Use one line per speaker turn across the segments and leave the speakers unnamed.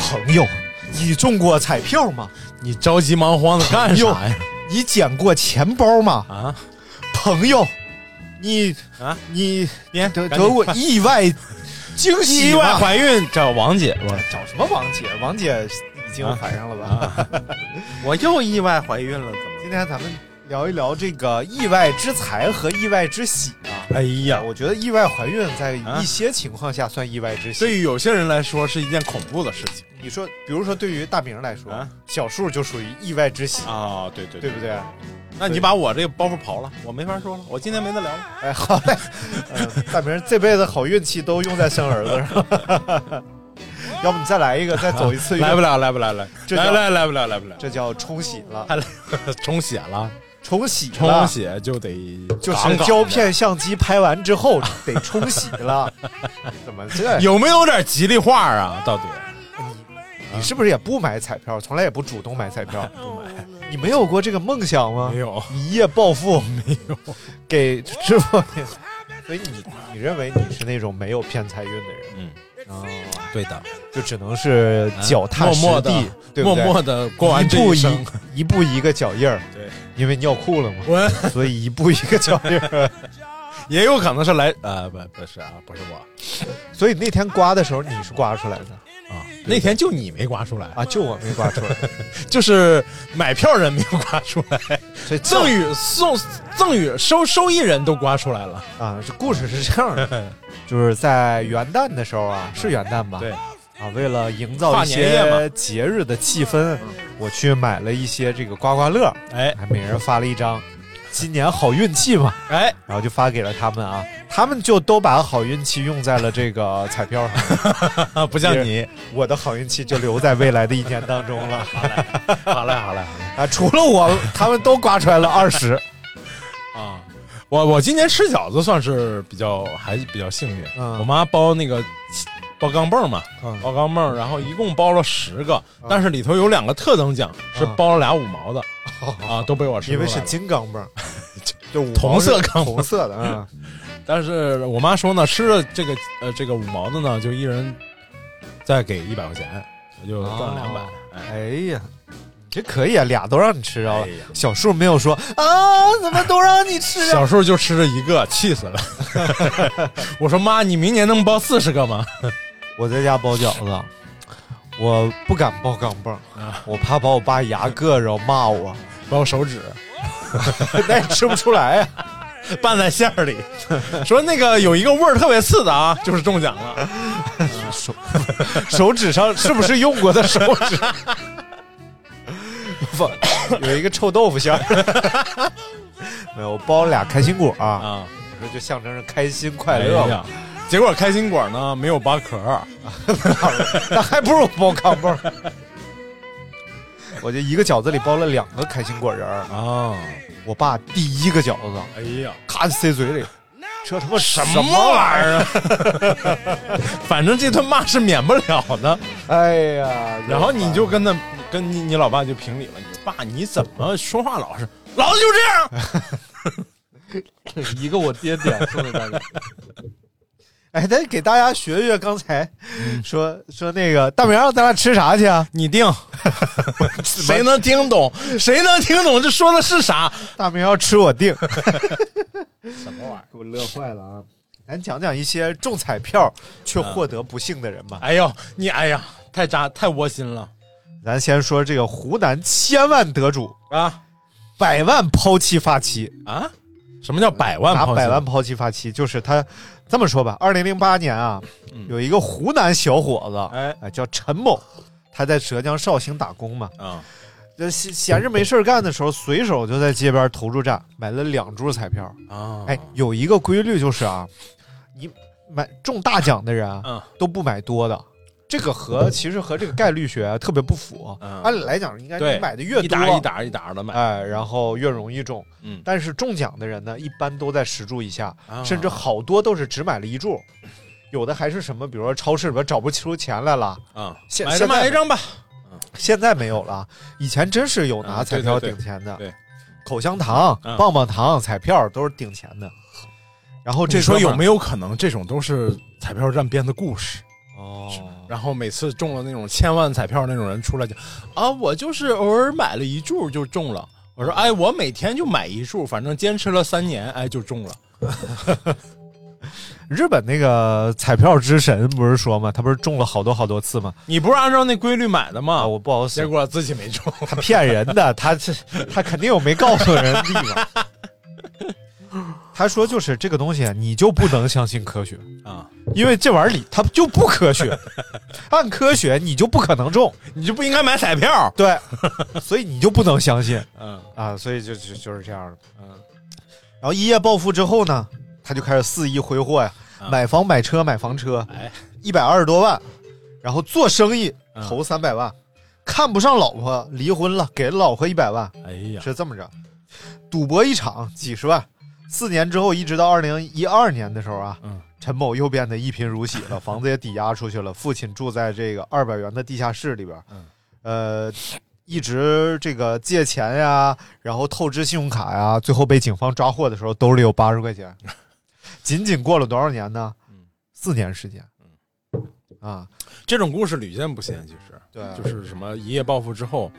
朋友，你中过彩票吗？
啊你着急忙慌的干啥呀？
你捡过钱包吗？
啊
朋友，你
啊！
你
别
得得
赶紧
过
快
意外惊喜
意外
吗
怀孕找王姐吧，
找什么王姐？王姐已经怀上了吧？
我又意外怀孕了，怎么？
啊 今天咱们聊一聊这个意外之财和意外之喜啊。
哎呀，
我觉得意外怀孕在
啊
一些情况下算意外之喜。
对于有些人来说是一件恐怖的事情
你说，比如说对于大明来说，
啊
小数就属于意外之喜，
啊！对对
对不？对？
那你把我这个包袱刨了，我没法说了，我今天没得聊了。
哎，好嘞， 嗯大明这辈子好运气都用在生儿子上， 要不你再来一个，再走一次运，
来不了，来不了，来
这叫
来来来不了，来不了，
这叫冲洗了，
还来 重写了，
冲洗了，
重写就得
就是
杠杠的
胶片相机拍完之后得冲洗 了，怎么这？
有没有点吉利话啊？到底
你是不是也不买彩票，从来也不主动买彩 票？不买，你没有过这个梦想吗？
哦没有
一夜暴富没有？给支付， 所以你你认为你是那种没有偏财运的人？
嗯，
哦，
对的，
就只能是脚踏实地，
哎默默地
对不
默
对
默的过完这
一步
一生。
一一步一个脚印儿，
对，
因为尿裤了嘛，
我
所以一步一个脚印儿。
也有可能是来呃不不是啊，不是我
所以那天刮的时候，你是刮出来的
啊，那天就你没刮出来，
啊，就我没刮出来，
就是买票人没有刮出来，
所以这
赠与送赠与收收益人都刮出来了。
啊，这故事是这样的，就是在元旦的时候啊，是元旦吧？
对
啊，为了营造
跨
一
年夜嘛
些节日的气氛，我去买了一些这个刮刮乐，
哎
还每人发了一张，今年好运气嘛，
哎，
然后就发给了他们啊，他们就都把好运气用在了这个彩票上，
啊不像你，
我的好运气就留在未来的一年当中了
好嘞好嘞好嘞
啊！除了我，他们都刮出 来了二十
啊！我我今年吃饺子算是比较还是比较幸运，
嗯
我妈包那个包钢镚儿嘛，
嗯
包钢镚儿，然后一共包了十个，但是里头有两个特等奖是包了俩五毛的啊，都被我吃出
因
来
嗯哦为
了。
是金刚棒， 就五毛
同色钢镚
是同色的 啊，
但是我妈说呢，吃了这个呃这个五毛的呢，就一人再给一百块钱，我就赚了两百
哦。
哎，
哎呀。这可以啊，俩都让你吃着了。
哎呀
小树没有说啊，怎么都让你吃啊着？
小时候就吃这一个，气死了。我说妈，你明年能包四十个吗？
我在家包饺子，我不敢包钢镚儿，我怕把我爸牙硌着骂我，
啊包手指
那也吃不出来啊呀、
拌在馅儿里，说那个有一个味儿特别次的啊，就是中奖了。
手 手指上是不是用过的手指？不，有一个臭豆腐馅儿。 没有，我包了俩开心果啊，
啊，
我说就象征着开心快
哎
乐嘛
呀，结果开心果呢没有剥壳儿，
那还不如包钢镚儿。 我就一个饺子里包了两个开心果仁儿，
啊，
我爸第一个饺子
哎呀，
咔塞嘴里，这他妈什
什么玩意儿啊？啊 反正这顿骂是免不了 的。
哎呀，
然后你就跟他跟你你老爸就评理了，你说爸你怎么说话老是老子就这 样？
一个我爹点送给大家。哎，咱给大家学学刚才
嗯
说说那个大明儿，咱俩吃啥去啊？
你 定，谁能听懂？谁能听懂这说的是啥？
大明儿要吃我定，
什么玩意儿？
给我乐坏了啊！
咱讲讲一些中彩票却获得不幸的人吧。
哎呦，你哎呀，太扎太窝心了
咱先说这个湖南千万得主，
啊
百万抛弃发妻，
啊！什么叫百万
拿
抛弃？
百万抛弃发妻，就是他这么说吧。二零零八年啊，有一个湖南小伙子，
嗯哎
哎，叫陈某，他在浙江绍兴打工嘛，
啊
这闲闲着没事儿干的时候，随手就在街边投注站买了两注彩票。
啊！
哎，有一个规律就是啊，你买中大奖的人啊
嗯
都不买多的，这个和其实和这个概率学啊特别不符。
嗯
按理来讲，应该
对
你买的越多，
一沓一沓一沓的买，
哎，然后越容易中。
嗯，
但是中奖的人呢，一般都在十注以下，
啊
甚至好多都是只买了一注，有的还是什么，比如说超市里边找不出钱来了，
啊，
现
买着买一张吧，
现在没有了。以前真是有拿
嗯
彩
对
票
对
顶钱的，
对对
口香糖、
嗯
棒棒糖、彩票都是顶钱的。然后这
你说有没
有？
有可能这种都是彩票站编的故事？
哦，
然后每次中了那种千万彩票那种人出来就啊，我就是偶尔买了一注就中了。我说哎，我每天就买一注，反正坚持了三年，哎就中了。
日本那个彩票之神不是说吗？他不是中了好多好多次吗？
你不是按照那规律买的吗？
啊，我不好
结
使，
果自己没中。
他骗人的，他这他肯定有没告诉人的地方。他说就是这个东西，啊你就不能相信科学
啊，
因为这玩意儿里它就不科学，按科学你就不可能中，
你就不应该买彩票。
对，所以你就不能相信。
嗯
啊，所以就就就是这样的。
嗯，
然后一夜暴富之后呢，他就开始肆意挥霍呀，
啊
买房、买车、买房车，
哎，
一百二十多万，然后做生意
嗯
投三百万，看不上老婆离婚了，给了老婆一百万，
哎呀，
是这么着，赌博一场几十万。四年之后，一直到二零一二年的时候啊，
嗯
陈某又变得一贫如洗了，房子也抵押出去了，父亲住在这个二百元的地下室里边，
嗯
呃，一直这个借钱呀，然后透支信用卡呀，最后被警方抓获的时候，兜里有八十块 钱，仅仅过了多少年呢？
嗯
四年时间，啊，
这种故事屡见不鲜，其实
对
就是什么一夜暴富之后，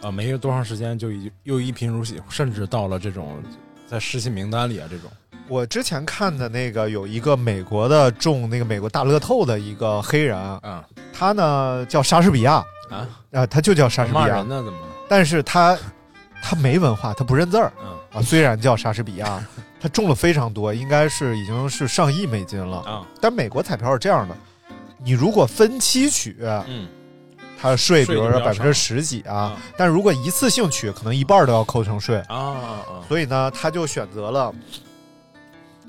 啊、没有多长时间就已又一贫如洗，甚至到了这种在失信名单里啊这种。
我之前看的那个有一个美国的中那个美国大乐透的一个黑人啊，
啊
他呢叫莎士比亚，
啊，
啊，他就叫莎士比
骂
亚
人，呢？怎么？
但是他他没文化，他不认字儿
嗯
啊。虽然叫莎士比亚， 他中了非常多，应该是已经是上亿美金了。
啊，
但美国彩票是这样的，你如果分期取，
嗯
它税比如
税就
说
比
百分
较少
之十几啊
啊，
但如果一次性取，可能一半儿都要扣成税。
啊啊
所以呢，他就选择了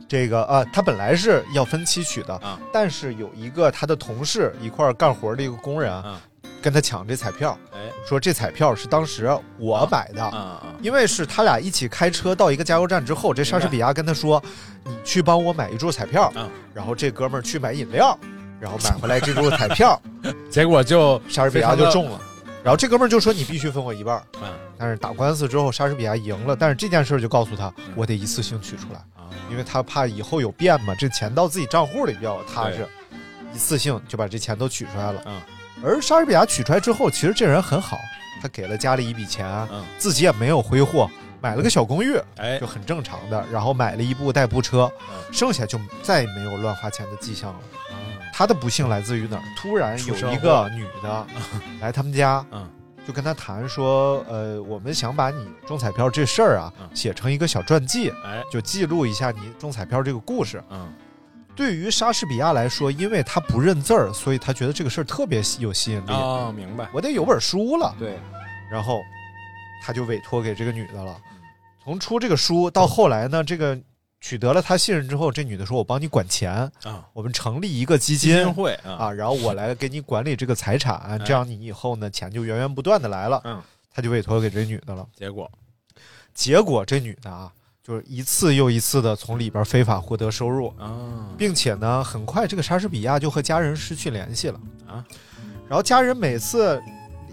这个啊，他本来是要分期取的，
啊
但是有一个他的同事一块儿干活的一个工人，
啊
跟他抢这彩票，
哎
说这彩票是当时我买的。
啊啊
因为是他俩一起开车到一个加油站之后，这莎士比亚跟他说：“你去帮我买一注彩票。
啊！
然后这哥们儿去买饮料，然后买回来这注彩票，
结果就
莎士比亚就中了。然后这哥们儿就说：“你必须分我一半儿。
啊”
但是打官司之后，莎士比亚赢了，但是这件事儿就告诉他：“我得一次性取出来。”
啊
因为他怕以后有变嘛，这钱到自己账户里比较踏实，一次性就把这钱都取出来了。
嗯
而莎士比亚取出来之后，其实这人很好，他给了家里一笔钱，
嗯
自己也没有挥霍，买了个小公寓，
哎
就很正常的，然后买了一部代步车，
嗯
剩下就再也没有乱花钱的迹象了。他的不幸来自于哪儿？突然有
出车祸
一个女 的来他们家，
嗯
就跟他谈说，呃，我们想把你中彩票这事儿啊
嗯
写成一个小传记，
哎
就记录一下你中彩票这个故事。
嗯
对于莎士比亚来说，因为他不认字儿，所以他觉得这个事儿特别有吸引力。
啊，明白
我得有本书了，
对
然后他就委托给这个女的了。
嗯
从出这个书到后来呢，这个取得了他信任之后，这女的说：“我帮你管钱，
啊，
我们成立一个基
基
金
金会哎啊
啊，然后我来给你管理这个财产，这样你以后呢钱就源源不断的来了。”
嗯，
他就委托给这女的了。
结果
结果这女的啊，就是一次又一次的从里边非法获得收入，
啊
并且呢，很快这个莎士比亚就和家人失去联系了
啊。
然后家人每次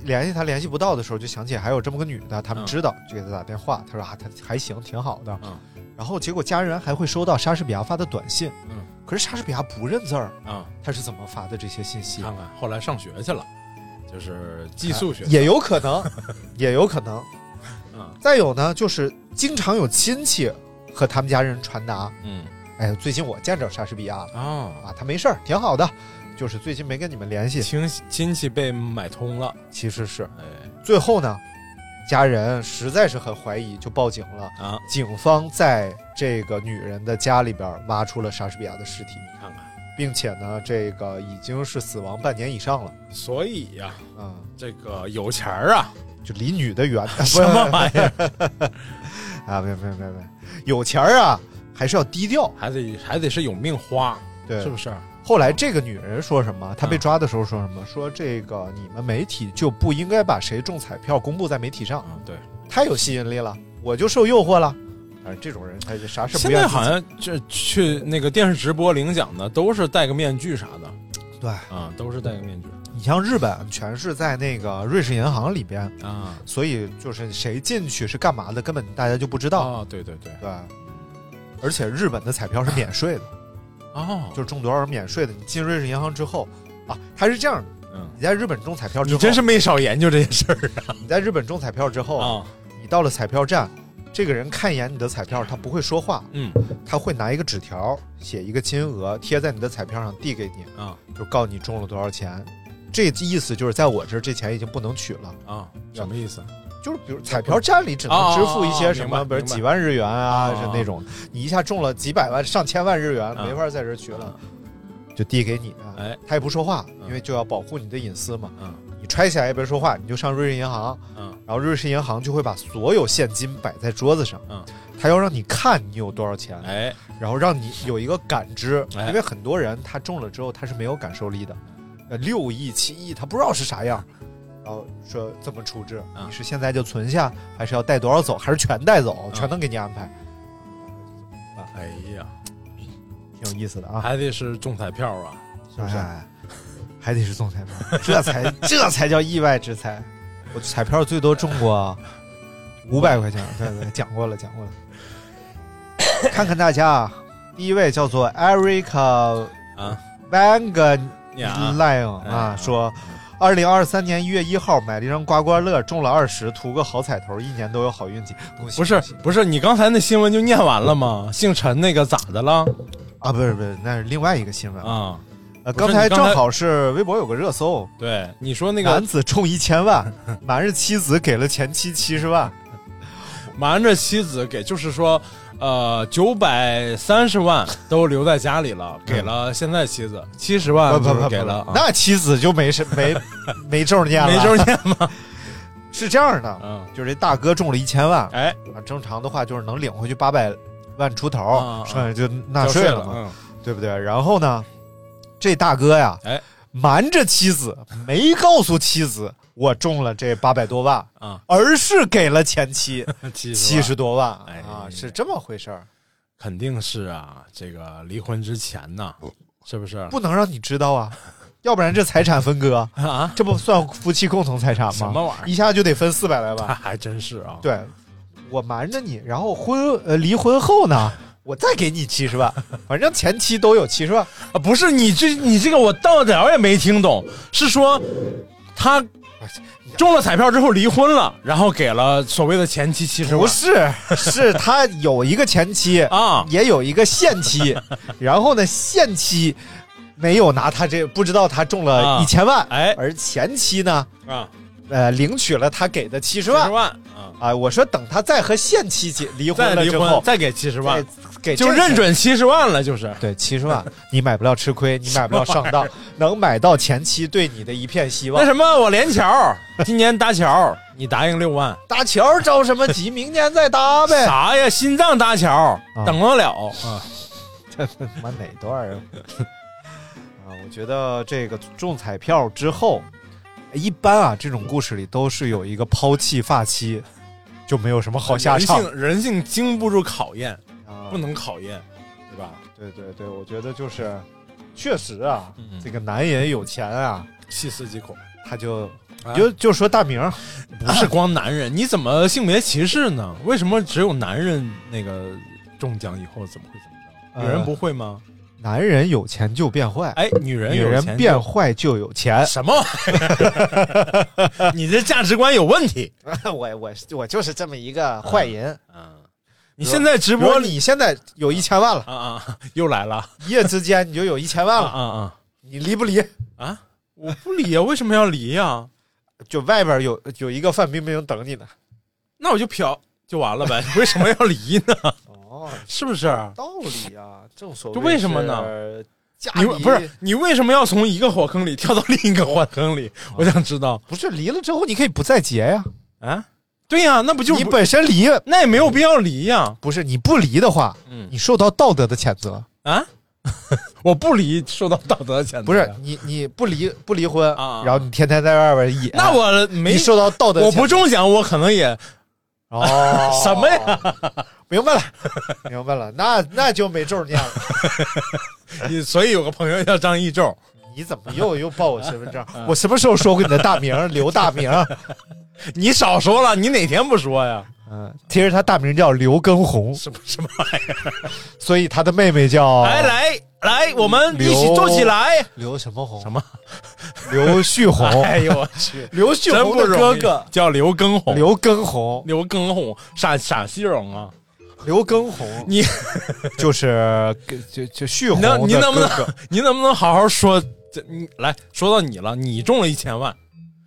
联系他联系不到的时候，就想起还哎有这么个女的，他们
嗯
知道就给他打电话，他说啊，她还行，挺好的
嗯。
然后结果家人还会收到莎士比亚发的短信
嗯，
可是莎士比亚不认字儿，
啊，
他是怎么发的这些信息？
看看后来上学去了，就是寄宿学
也有可能， 也有可能。
啊
再有呢，就是经常有亲戚和他们家人传达
嗯
哎，最近我见着莎士比亚了
啊，
啊，他没事儿，挺好的，就是最近没跟你们联系。
亲亲戚被买通了，
其实是
哎
最后呢，家人实在是很怀疑，就报警了。
啊，
警方在这个女人的家里边挖出了莎士比亚的尸体，
你看看，
并且呢，这个已经是死亡半年以上了。
所以呀、
嗯，
这个有钱儿啊，，
就离女的远
什 么玩意儿，
啊？没有没有没有没有，有钱儿啊，还是要低调。
还得还得是有命花，
对，啊
是不是？
后来这个女人说什么？她被
嗯
抓的时候说什么？说这个你们媒体就不应该把谁中彩票公布在媒体上，
啊，对。
太有吸引力了，我就受诱惑了。但是这种人，他就啥事不
现
愿
在
意
好像这去那个电视直播领奖的，都是戴个面具啥的
对
啊，都是戴个面具
你像日本，全是在那个瑞士银行里边，
啊。
所以就是谁进去是干嘛的，根本大家就不知道。
啊，对对对，
对，而且日本的彩票是免税的，
哦，
就是中多少是免税的。你进瑞士银行之后啊，它是这样的，
嗯，
你在日本中彩票之
你
后，
真是没少研究这些事儿
你在日本中彩票之后，
啊。
你到了彩票站，这个人看一眼你的彩票，他不会说话，
嗯
他会拿一个纸条写一个金额贴在你的彩票上递给你，
啊
就告诉你中了多少钱。这意思就是在我这儿这钱已经不能取了，
啊，什么意思？
就是比如彩票站里只能支付一些什
哦哦
么，
哦明
比
白
如几万日元啊，
明白
是那种你一下中了几百万、上千万日元，
嗯
没法在这儿取了，就递给你。啊
哎，
他也不说话，
嗯
因为就要保护你的隐私嘛。
嗯
你揣起来也别说话，你就上瑞士银行，
嗯
然后瑞士银行就会把所有现金摆在桌子上，
嗯，
他要让你看你有多少钱，
哎，
然后让你有一个感知，
哎
因为很多人他中了之后他是没有感受力的，呃，六亿、七亿他不知道是啥样，然后说怎么处置，
嗯
你是现在就存下，还是要带多少走，还是全带走，
嗯
全能给你安排，
哎呀，
挺有意思的啊，哎
还得是中彩票啊！
是不是？还得是中彩票，这才这才叫意外之财。我彩票最多中过五百块钱，对对，讲过了，讲过了。看看大家，啊，第一位叫做 Eric
啊
Van g e n
呀，
Lion
哎
啊，说二零二三年一月一号买了一张刮刮乐，中了二十，图个好彩头，一年都有好运气。恭喜！
不是
恭喜
不是，你刚才那新闻就念完了
嗯
吗？姓陈那个咋的了？
啊，不是不是，那是另外一个新闻。
啊，
呃，
不是
刚
你
才
刚才
正好是微博有个热搜，
对，你说那
男
个
子中一千万，瞒着妻子给了前妻七十万，
瞒着妻子给，就是说，呃，九百三十万都留在家里了，
嗯
给了现在妻子七十万，就是给了，啊
那妻子就没事 没没咒念了。
没周念吗？
是这样的，
嗯，
就是这大哥中了一千万，
哎，
啊，正常的话就是能领回去八百万出
啊
头
啊，
剩下就纳
交
税
税
了嘛，
嗯，
对不对？然后呢，这大哥呀，
哎，
瞒着妻子，没告诉妻子我中了这八百多万
啊，
而是给了前妻
七
七十多万
哎
啊，是这么回事儿，
肯定是啊，这个离婚之前呐，
哦
是不是
不能让你知道啊，要不然这财产分割。
啊？
这不算夫妻共同财产吗？
什么玩意儿
一下就得分四百来
还
万。
还真是啊，
对，我瞒着你，然后婚呃离婚后呢，我再给你七十万，反正前妻都有七十万。
啊，不是你这你这个我到点也没听懂，是说他中了彩票之后离婚了，然后给了所谓的前妻七十
不
万
是，是他有一个前妻，
啊
也有一个现 妻，然后呢现妻没有拿他这，不知道他中了
啊
一千万，
哎
而前妻呢，
啊，
呃，领取了他给的七十
七十
万。
万啊，
啊，我说等他再和现妻结离婚
再
了
离
之
婚
后，
再给七十万，
再给
就
这个
认准七十万了，就是
对，七十万你买不了吃 亏，你买不了上当，能买到前妻对你的一片希
那
望。
什么，我连桥今年搭桥，你答应六万，
搭桥着什么急？明年再搭呗。
啥呀？心脏搭桥
啊
等得了啊？
他妈哪段啊？ 啊，我觉得这个中彩票之后，一般啊这种故事里都是有一个抛弃发妻，就没有什么好下场
人性人性经不住考验，
啊
不。能考验，对吧？
对对对，我觉得就是，确实啊，
嗯
这个男人有钱啊，
细思极恐。
他就
啊
你就就说大明儿
不是光男 人，你怎么性别歧视呢？为什么只有男人那个中奖以后怎么会怎么着？
呃
女人不会吗？
男人有钱就变坏，
哎，女人
女
有
人
钱就
变坏就有钱。
什么玩意儿？你这价值观有问题。
我我我就是这么一个坏人。
嗯，你现在直
比如
播
说你现在有一千万了，
啊啊，又来了
一夜之间你就有一千万
啊
了，
啊啊
你离不离？
啊！我不理呀，为什么要理呀？
就外边有有一个范冰冰等你呢。
那我就嫖就完了呗， 为什么要离呢？
哦，
是不是？
道理啊， 正所呃
这为什么呢？
家
你不是你为什么要从一个火坑里跳到另一个火坑里？我想知道
不是离了之后你可以不再结呀？
啊。对呀、那不就
你本身离
那也没有必要离呀
不是你不离的话，
嗯
你受到道德的谴责。
啊！ 我不离受到道德的谴责，
不是你你不离不离婚
啊啊
然后你天天在外边野，
那我没
你受到道德
我
谴责
不中奖，我可能也
哦
什么
呀？明白了， 明白了，那那就没咒念了。
你所以有个朋友叫张一宙，
你怎么又又报我身份证？
嗯
我什么时候说过你的大名？刘大明？
你少说了，你哪天不说呀？
嗯，其实他大名叫刘根红，
什么什么玩意儿？
所以他的妹妹叫
哎来来来，我们
哦
一
刘
起做起来！
刘什么红？
什么？
刘旭红？
哎呦我去，
刘旭
真
红
不
的
容
哥
易
哥
叫刘耕宏，
刘根红，
刘耕宏，傻傻西荣啊！
刘根红
你
就是就就旭红
你
的
能你能不能
哥哥
你能不能好好说？这你来说到你了，你中了一千万，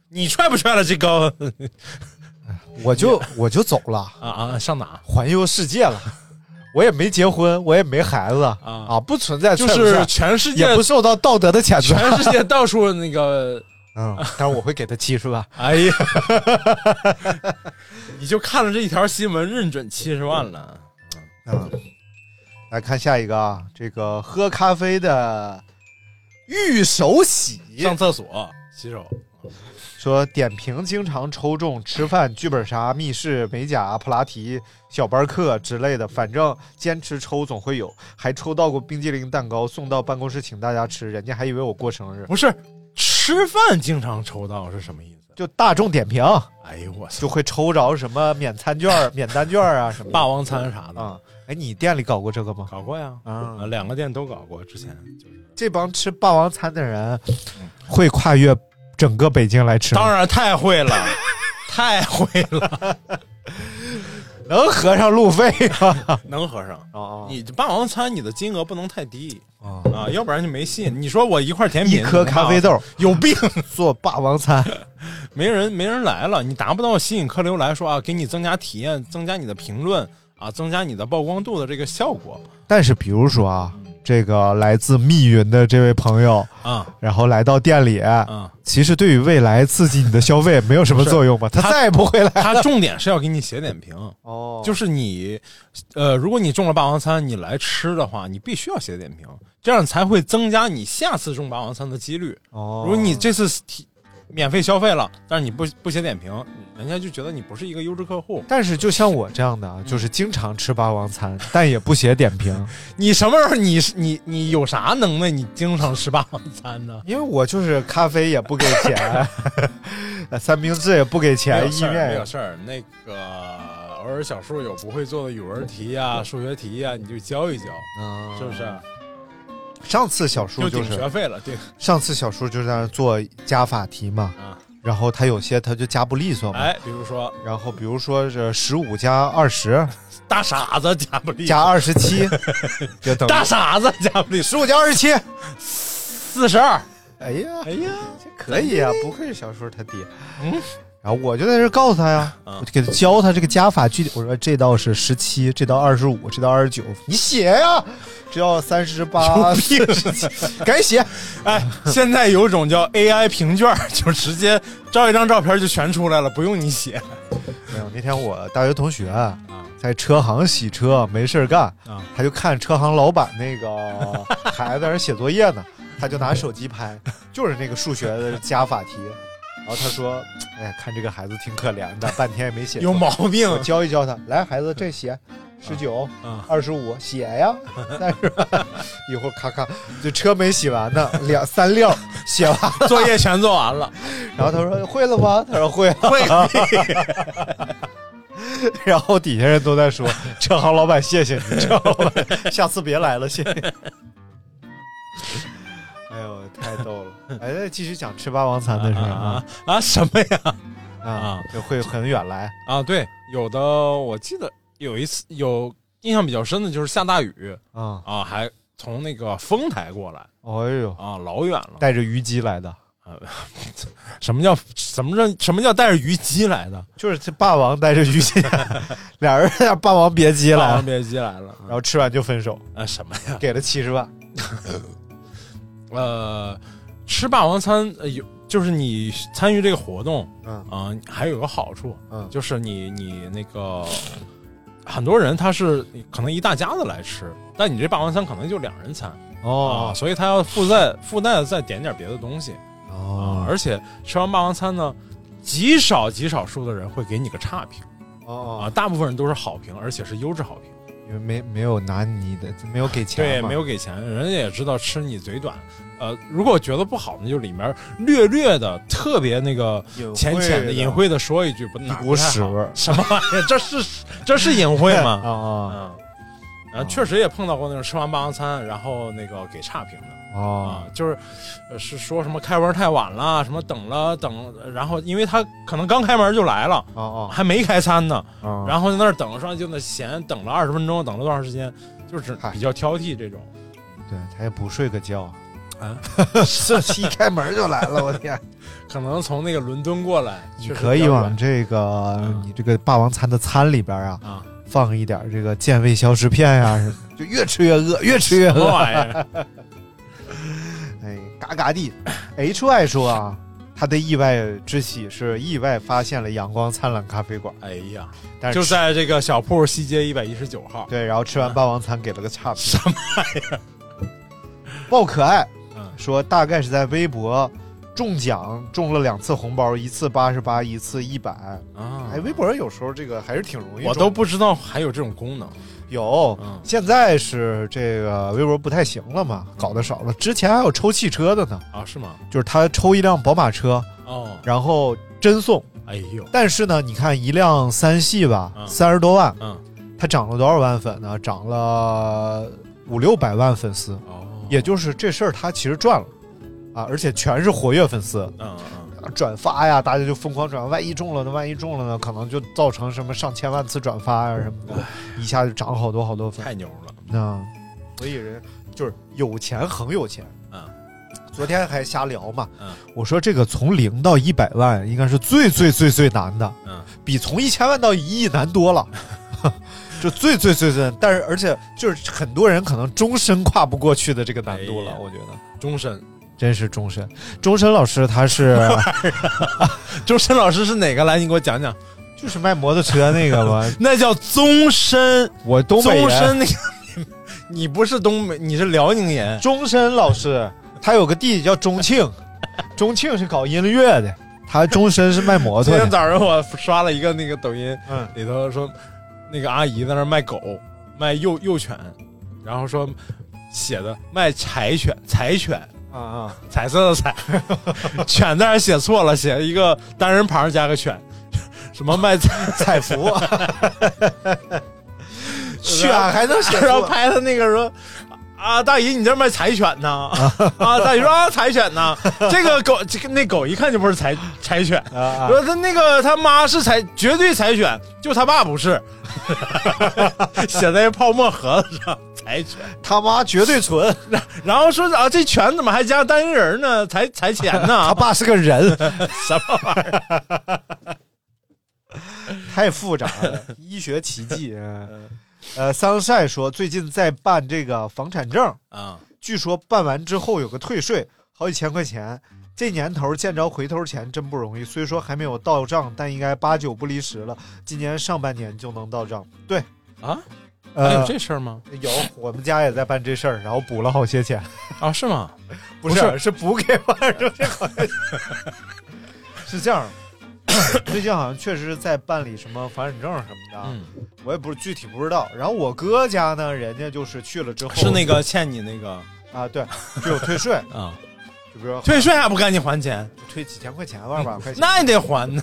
你踹不踹了这高
我就我就走了，
啊啊？上哪？
环游世界了。我也没结婚，我也没孩子啊不存在
就
踹不
是
踹
全世界
也不受到道德的谴责。
全世界到处那个，
嗯，但是我会给他七十万。
哎呀， 你就看了这一条新闻，认准七十万了。
嗯，来看下一个啊，这个喝咖啡的玉手洗
上厕所洗手，
说点评经常抽中吃饭、剧本杀、密室、美甲、普拉提、小班课之类的，反正坚持抽总会有，还抽到过冰激凌蛋糕送到办公室请大家吃，人家还以为我过生日。
不是吃饭经常抽到是什么意思？
就大众点评
哎呦我操，
就会抽着什么免餐券儿、免单券儿啊什么的
霸王餐啥的、
啊。哎，你店里搞过这个吗？
搞过呀，
啊
啊，两个店都搞过，之前就是。
这帮吃霸王餐的人会跨越整个北京来吃吗，
当然太会了， 太会了，
能合上路 费吗？
能合上。
啊
你霸王餐你的金额不能太低
啊！
啊，要不然就没戏。你说我一块甜品
一颗咖啡豆
有病，
做霸王餐，
没人没人来了，你达不到吸引客流来说啊，给你增加体验，增加你的评论啊，增加你的曝光度的这个效果
但是比如说啊，这个来自密云的这位朋友，
啊
然后来到店里，
啊。
其实对于未来刺激你的消费没有什么作用吧？他
他
再也不会来
他重点是要给你写点评，
哦
就是你，呃，如果你中了霸王餐，你来吃的话，你必须要写点评，这样才会增加你下次中霸王餐的几率。
哦
如果你这次提免费消费了，但是你不不写点评，人家就觉得你不是一个优质客户。
但是就像我这样的啊，就是经常吃霸王餐，但也不写点评，
你什么时候你是你你有啥能耐？你经常吃霸王 餐呢？
因为我就是咖啡也不给钱， 三明治也不给
没
钱，
有
意
事儿，没
面
有事儿。那个偶尔小树有不会做的语文题呀、数学题啊呀、你就教一教，
嗯
是不是？
上次小叔
就
就
顶
是
学费了，对
上次小叔就在那做加法题嘛，
啊。
然后他有些他就加不利索嘛，
哎，比如说
然后比如说是十五加二十
大傻子加不 利，
加二十七，就等于
大傻子加不利，
十五加二十七。
四十二。
哎呀，
哎呀，
这可以啊，不愧是小叔他爹。然后我就在这告诉他呀，我就给他教他这个加法具体。我说这道是十七，这道二十五，这道二十九，你写呀。这道三十八， 赶紧写。
哎，现在有种叫 AI 评卷儿，就直接照一张照片就全出来了，不用你写。
没有，那天我大学同学啊在车行洗车，没事儿干，
啊
他就看车行老板那 个孩子在那儿写作业呢，他就拿手机拍，就是那个数学的加法题。然后他说：“哎呀，看这个孩子挺可怜 的，半天也没写。
有毛病嗯
我教一教他，来，孩子，这写十九、二十五，写呀。 但是一会儿咔咔，就车没洗完呢，两三溜儿写完。
作业全做完了，
然后他说会了 吗？他说会啊了。
会个屁！
然后底下人都在说：“车行老板，谢谢你，车行老板，下次别来了，谢谢。”哎呦，太逗了！哎，再继续讲吃霸王餐的事儿 啊
啊啊什么呀？
啊，就会很远来
啊，对，有的我记得有一次有印象比较深的就是下大雨
啊、
啊，还从那个丰台过来
哎呦，
啊，老远了。
带着虞姬来的，
什么叫什么叫什么叫带着虞姬来的？
就是这霸王带着虞姬， 俩人在那霸王别姬
霸
来
王
了，
别姬来了
然后吃完就分手，
啊？什么呀？
给了七十万。
呃，吃霸王餐呃有，就是你参与这个活动，
嗯
啊、还有一个好处，
嗯
就是你你那个很多人他是可能一大家子来吃，但你这霸王餐可能就两人餐、啊，
哦
所以他要附带附带再点点别的东西啊、
哦
而且吃完霸王餐呢，极少极少数的人会给你个差评啊，
哦，
大部分人都是好评，而且是优质好评。
因为没没有拿你的，没有给钱，
对，没。有给钱，人家也知道吃你嘴短。呃，如果觉得不好，那就里面略略的、特别那个
隐
浅浅的、
晦的
隐晦的说一句，不，
一
哪
股
不太好
屎味儿
什么玩意儿？这是这是隐 晦
啊
吗？
啊
嗯，然后确实也碰到过那种吃完霸王餐，然后那个给差评的啊
啊，
就是呃是说什么开门太晚了，什么等了等，然后因为他可能刚开门就来了，
啊啊
还没开餐呢，
啊！
然后在那儿等上就那闲等了二十分钟，等了多长时间，就是
嗨
比较挑剔这种。
对他也不睡个觉，
啊，
这 一开门就来了，我 天！
可能从那个伦敦过来，
你
确实
可
比
以
较
往
远
这个
嗯
你这个霸王餐的餐里边啊，
啊，
放一点这个健胃消食片啊呀、什么， 就越吃越饿，越吃越
什么
饿。
玩意儿？
哎，嘎嘎地。H Y 说啊，他的意外之喜是意外发现了阳光灿烂咖啡馆，
哎呀，
但是
就
吃
在这个小铺西街一百一十九号。
对，然后吃完霸王餐给了个差评，什么玩意儿？爆可爱
嗯
说大概是在微博中奖中了两次红包，一次八十八，一次一百。
啊
哎，，微博有时候这个还是挺容易中的。
我都不知道还有这种功能。
有
嗯，
现在是这个微博不太行了嘛，搞得少了。之前还有抽汽车的呢，
啊，是吗？
就是他抽一辆宝马车，
哦，
然后真送。
哎呦，
但是呢，你看一辆三系吧，
嗯
三十多万，
嗯，
它涨了多少万粉呢？涨了五六百万粉丝，
哦，
也就是这事儿他其实赚了啊，而且全是活跃粉丝
嗯嗯，
啊转发呀，大家就疯狂转发。万一中了呢？万一中了呢？可能就造成什么上千万次转发呀什么的，一下就涨好多好多粉。
太牛了。
啊，所以人就是有钱很有钱。
嗯，
昨天还瞎聊嘛。
嗯，
我说这个从零到一百万应该是最最最最难的，
嗯，
比从一千万到一亿难多了。 就最最最最，但是而且就是很多人可能终身跨不过去的这个难度了，
哎呀
我觉得
终身，
真是终身。终身老师他是
终身老师是哪个？来，你给我讲讲。
就是卖摩托车那个 嘛，
那叫宗身，
我东北人
宗身那个，你不是东北，你是辽宁人。
钟深老师，他有个弟弟叫钟 庆，钟庆是搞音乐的，他钟深是卖摩
今
托
天
的。
早上我刷了一个那个抖音，
嗯，
里头说那个阿姨在那儿卖狗，卖幼幼犬，然后说写的卖柴犬，柴犬，
啊啊，
彩色的彩， 犬在那儿写错了，写一个单人旁加个犬，什么卖菜，
彩 服，选还能选
然后
错？
拍他那个说。啊，大姨，你这儿卖柴犬呢？啊，大姨说啊，柴犬 呢？这个狗，这个那狗一看就不是柴柴犬，
啊啊
说他那个他妈是柴，绝对柴犬，就他爸不是， 写在泡沫盒子上，柴犬。
他妈绝对纯，
然后说啊，这犬怎么还加单人呢？才才钱
他
呢？
爸是个人，
什 么玩意儿？
太复杂了，医学奇 迹。嗯呃，桑晒说最近在办这个房产证，
啊，
据说办完之后有个退税，好几千块钱。这年头见着回头钱真不容易，虽说还没有到账，但应该八九不离十了。今年上半年就能到账。对
啊，还
呃，
有这事儿吗？
有我们家也在办这事儿，然后补了好些钱，
啊，是吗？
不是是补给我二十块钱， 是这样。最近好像确实在办理什么房产证什么的，
嗯，
我也不是具体不知道。然后我哥家呢，人家就是去了之后
是那个欠你那个
啊，对，就有退税，
啊，
就比如说
退税还不赶紧还钱？
退几千块钱吧，二百块钱。
那也得还呢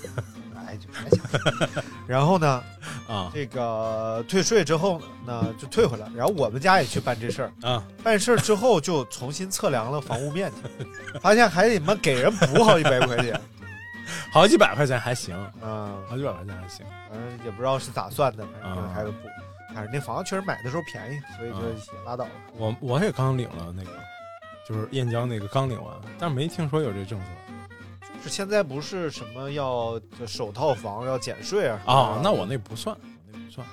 哎，就别想了。然后呢，
啊
这个退税之后呢，就退回来。然后我们家也去办这事儿，
啊！
办事儿之后就重新测量了房屋面积，发现还得妈给人补好几百块钱。
好几百块钱还行，
嗯，
好几百块钱还行。啊
反正也不知道是咋算的，反正还得补。但是那房子确实买的时候便宜，所以就
嗯
也拉倒了。
我我也刚领了那个，就是燕郊那个刚领完，但没听说有这政策
就是现在不是什么要首套房要减税啊什么的
啊。那我那不算，我那不算，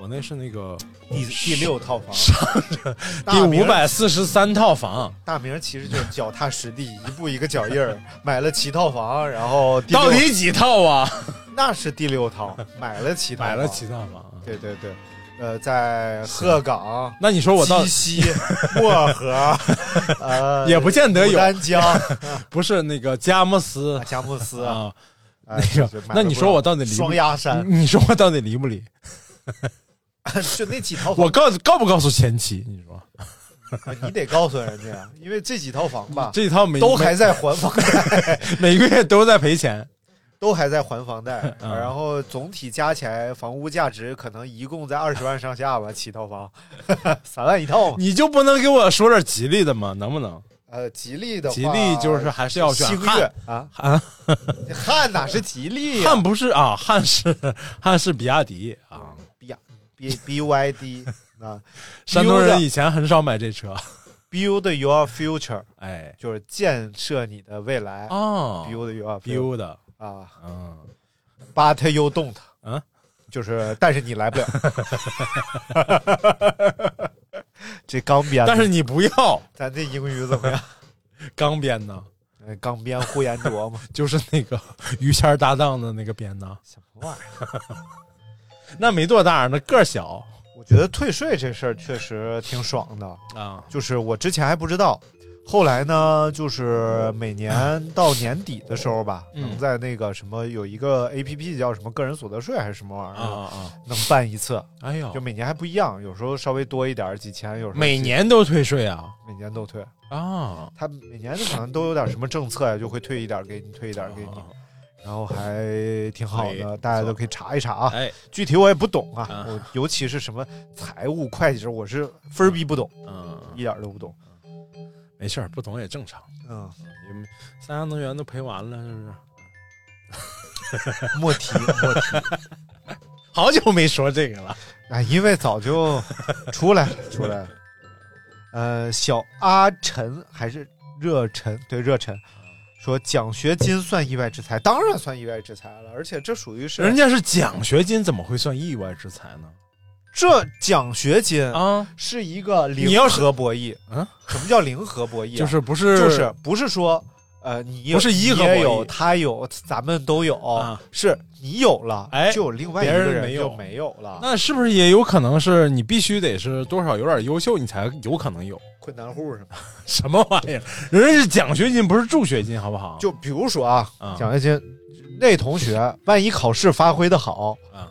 我那是那个
第第六套房，
第
大明
五百四十三套房，
大明其实就是脚踏实地，一步一个脚印儿，买了七套房，然后第六
到底几套啊？
那是第六套， 买了七套，啊
买了七，套房。
对对对，呃，在鹤岗、
那你说我到
鸡西、漠河，呃，
也不见得
牡
有，
丹 江、
不是那个佳木斯
佳木斯，
啊，
哎
那
就
个
是买了
那你说我到
不
底
少
离不
双鸭山，
你你说我到底离 不离？
就那几套房，
啊我告诉告不告诉前妻？你说
你得告诉人家呀，因为这几套房吧，
这一套每
啊都还在还房贷，
每每个月都在赔钱，
都还在还房贷，
嗯
然后总体加起来房屋价值可能一共在二十万上下吧，七套房， 三万一套嘛。
你就不能给我说点吉利的吗？能不能？
呃，吉利的话
吉利就是还是要选
星
汉
越啊，
汉
汉哪是吉利呀、
汉不是啊，汉是 汉是比亚迪啊。
B B B Y D 啊
山东人以前很少买这车，
，Build your future
哎
就是建设你的未来。
哦
Build your future
，build 的，
啊
嗯，
，But you don't
嗯
就是但是你来不 了。这刚编的，
但是你不要
咱这英语怎么样？
钢鞭呢，
呃刚编呼延灼嘛，
就是那个 于谦儿搭档的那个鞭呢，
什么玩意儿？
那没多大，那个儿小
我觉得退税这事儿确实挺爽的，
啊，
就是我之前还不知道，后来呢，就是每年到年底的时候吧，
嗯
能在那个什么有一个 A P P 叫什么个人所得税还是什么玩意
啊
儿的，
啊，
能办一次，
哎呦
就，每年还不一样，有时候稍微多一点儿几千，有时候
每
几
年都退税啊
每年都退，
啊，
他每年好像都有点什么政策呀，就会退一点儿给你，退一点儿给你，然后还挺好
啊可
的，大家都可以查一查啊。
哎，
具体我也不懂啊
啊，
我尤其是什么财务会计这，我是分儿逼不懂，一
嗯，
点儿都不懂。
没事儿，不懂也正常，
嗯，
也没三洋能源都赔完了，是不是？
莫提莫提。
好久没说这个了，
哎，因为早就出来了，出来了。呃，小阿晨还是热忱，对热
啊
忱，说奖学金算意外之财，当然算意外之财了，而且这属于是
人家是奖学金，怎么会算意外之财呢？
这奖学金
啊，
是一个
你
零
要是
和博弈。
嗯，
什么叫零和博弈啊、
就是不是
就是不是说呃你有
不是一
你
和
也
博弈
有他有咱们都有，
啊
是你有了，
哎
就有另外一
别
个
人
人
没
就
有
没有了，
那是不是也有可能是你必须得是多少有点优秀，你才有可能有
困难户是吗？
什么玩意儿？人家是奖学金，不是助学金，好不好？
就比如说啊，
啊
奖学金那同学，万一考试发挥的好，
啊，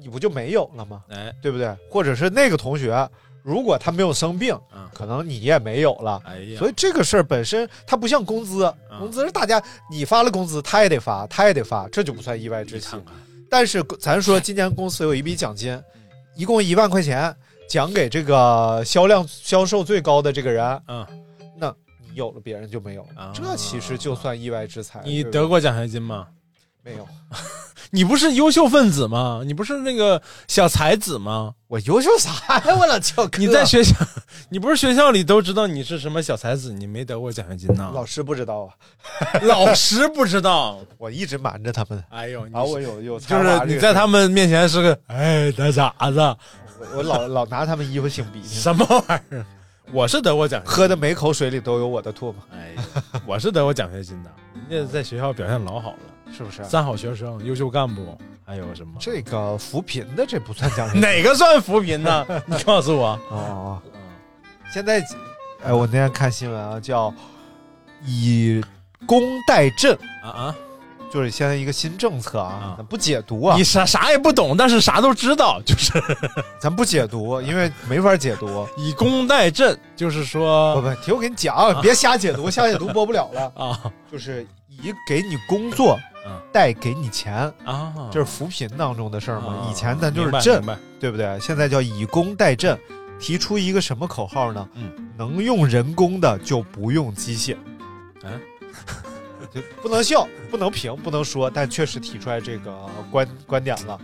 你不就没有了吗？
哎
对不对？或者是那个同学，如果他没有生病，
啊，
可能你也没有了。
哎呀，
所以这个事儿本身它不像工资，工资是大家你发了工资，他也得发，他也得发，这就不算意外之
你
喜
看。看，
但是咱说今年公司有一笔奖金，一共一万块钱，奖给这个销量销售最高的这个人，
嗯，
那你有了别人就没有，
啊
这其实就算意外之财。对
你
不对
得过奖学金吗？
没有？
你不是优秀分子吗？你不是那个小才子吗？
我优秀啥呀？我老翘课。
你在学校，你不是学校里都知道你是什么小才子，你没得过奖学金呢？
老师不知道啊，
老师不知道，
我一直瞒着他们
哎呦，你
啊。我有有才华
就是
这个事儿，
你在他们面前是个哎大傻子，
我，我老老拿他们衣服擤鼻涕，
什么玩意儿？我是得过奖学金，
喝的每口水里都有我的唾沫，
哎，我是得过奖学金的，人家在学校表现老好了，
是不是？啊
三好学生、优秀干部，还有什么？
这个扶贫的这不算奖金
哪个算扶贫呢？你告诉我，
哦。哦现在，哎，我那天看新闻啊，叫以工代赈，
啊啊！
就是现在一个新政策啊
啊，
咱不解读啊
你，啥啥也不懂，但是啥都知道，就是
咱不解 读，因为没法解读。
以工代赈，就是
不
说
不，听我给你讲，啊别瞎解读，瞎解读播不了 了。
啊
就是以给你工作
嗯，
贷给你钱，
啊，
这是扶贫当中的事儿嘛。
啊
以前咱就是
明白
赈
明，白
对不对？现在叫以工代赈，提出一个什么口号呢？
嗯
能用人工的就不用机械。
啊
呃就不能笑，不能评，不能说，但确实提出来这个观观点了。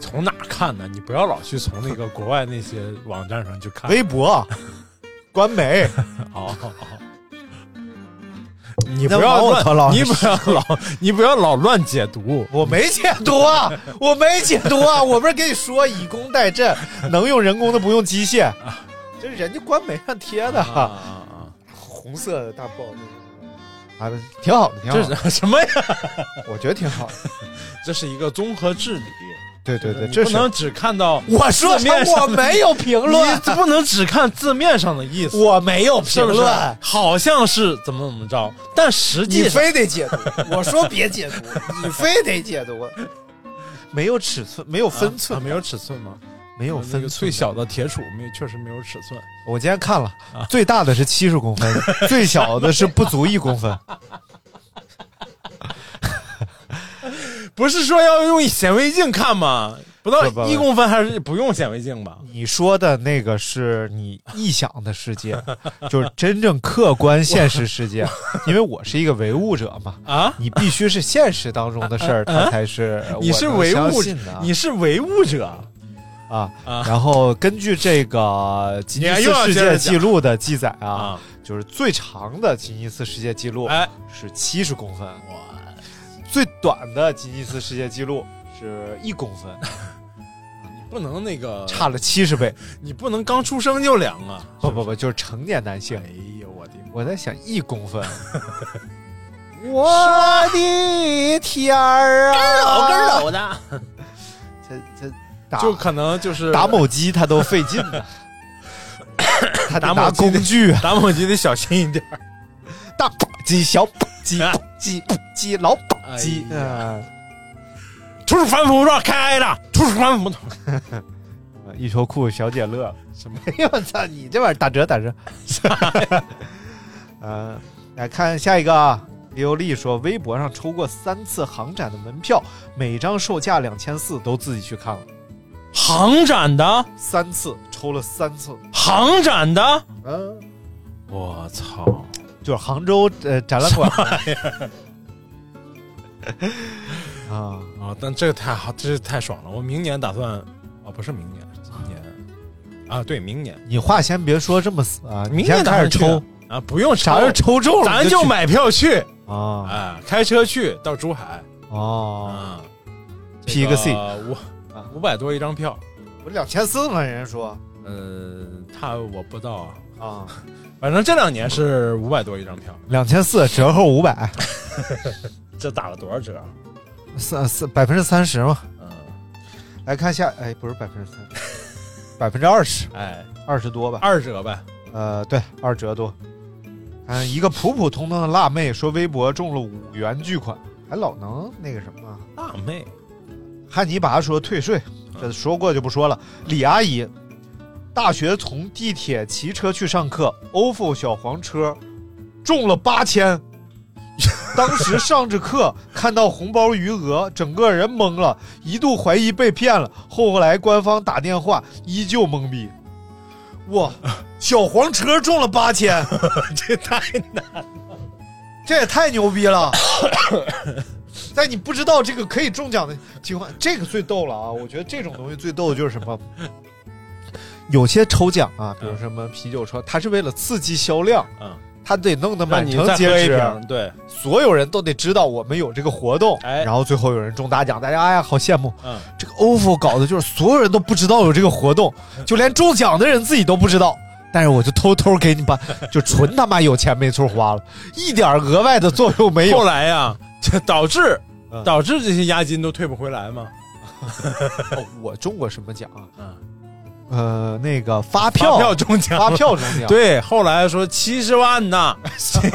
从哪看呢？你不要老去从那个国外那些网站上去看。
微 博、啊官媒，
哦，哦 哦你
那
不要
往我头老
乱，你不要 老，你不要老乱解读。
我没解读 啊，我没解读啊，我不是跟你说以工代赈， 能用人工的不用机械，这是人家官媒上贴的，
啊啊！
红色的大报，啊，挺好的，挺好
这
的，
是 什么呀？
我觉得挺好的，
这是一个综合治理。
对对对，
你
这
不
是
能只看到
我说
字
什么
面上
我
的
没有评论，
你不能只看字面上的意思，
我没有评
是不是
论？，
好像是怎么怎么着，但
你
实际上
非得解读，我说别解读，你非得解读，没有尺寸，没有分寸
啊，没有尺寸吗？
没有
那
分
个
寸，
最小的铁杵没有，确实没有尺寸。
我今天看了，最大的是七十公分，最小的是不足一公分。
不是说要用显微镜看吗？不到
不不不
一公分还是不用显微镜吧？
你说的那个是你臆想的世界，就是真正客观现实世界。因为我是一个唯物者嘛，
啊，
你必须是现实当中的事儿，它才啊是我
你是
能
唯
相
物
信的，
你是唯物者，
啊
啊。
然后根据这个吉尼
你
斯
又要
世
接
界
着讲
纪录的记载啊
啊，
就是最长的吉尼斯世界纪录
哎，
是七十公分，最短的吉尼斯世界纪录是一公 分，
你不能那个，
差了七十倍。
你不能刚出生就量啊！
不不不，就是成年男性。
哎呦我的妈！
我在想一公分，我的天儿啊！
老根老的，
这这打
就可能就是
打某鸡它都费劲 呢，他
打
拿
某
工
鸡
具啊
打母鸡得小心一点儿。
大鸡小鸡鸡鸡老鸡，
哎呀
嗯，
土鼠反腐状开了，土鼠反腐状。
一秋裤小姐 乐，
什么？
哎呦 我操，你这玩意儿打折打折。 呃，来看下一个啊。刘丽说，微博上抽过三次航展的门票，每张售价两千四，都自己去看了
航展的，
三次，抽了三次。
航展的，
嗯，
我操！
就是杭州呃展览馆。 啊，
啊，但这个太好，这是太爽了！我明年打算，啊，不是明年，是今年，啊，对，明年，
你话先别说这么死啊，你
明
先
年打
开始
算去
抽，
啊，不用
啥时候抽中了
咱
你就
就
去
买票去，
啊
哎，开车去到珠海，
哦，
啊，
批个 C 啊
五五百多一张票，
不是两千四吗？人家说
呃，他我不知道啊，
啊，
反正这两年是五百多一张票，
两千四折后五百，
这打了多少折？啊
三四百分之三十嘛。
嗯，
来看下，哎，不是百分之三十，百分之二十，
哎，
二十多吧？
二折呗，
呃，对，二折多。嗯，一个普普通通的辣妹说微博中了五元巨款，还老能那个什么啊。
辣妹，
汉尼拔说退税，
啊
这说过就不说了。李阿姨，大学从地铁骑车去上课，欧付小黄车中了八千。当时上着课， 看到红包余额，整个人懵了，一度怀疑被骗了。后来官方打电话，依旧懵逼。哇，小黄车中了八千，
这太难，
这也太牛逼了！在你不知道这个可以中奖的情况，这个最逗了啊！我觉得这种东西最逗的就是什么？ 有些抽奖啊，比如什么啤酒车，它是为了刺激销量，
嗯，
它得弄得
让
满
你
城
再喝
皆
一
知，啊
瓶，对，
所有人都得知道我们有这个活动，
哎
然后最后有人中大奖，大家哎呀好羡慕。
嗯，
这个 OFO 搞的就是所有人都不知道有这个活动，就连中奖的人自己都不知道。但是我就偷偷给你把，就纯他妈有钱没处花了，一点额外的作用没
后
有。
来呀，这导致
嗯
导致这些押金都退不回来嘛。
哦我中过什么奖啊？
嗯，
呃，那个发票，
发票中奖，
发票中奖，，
对，后来说七十万呐，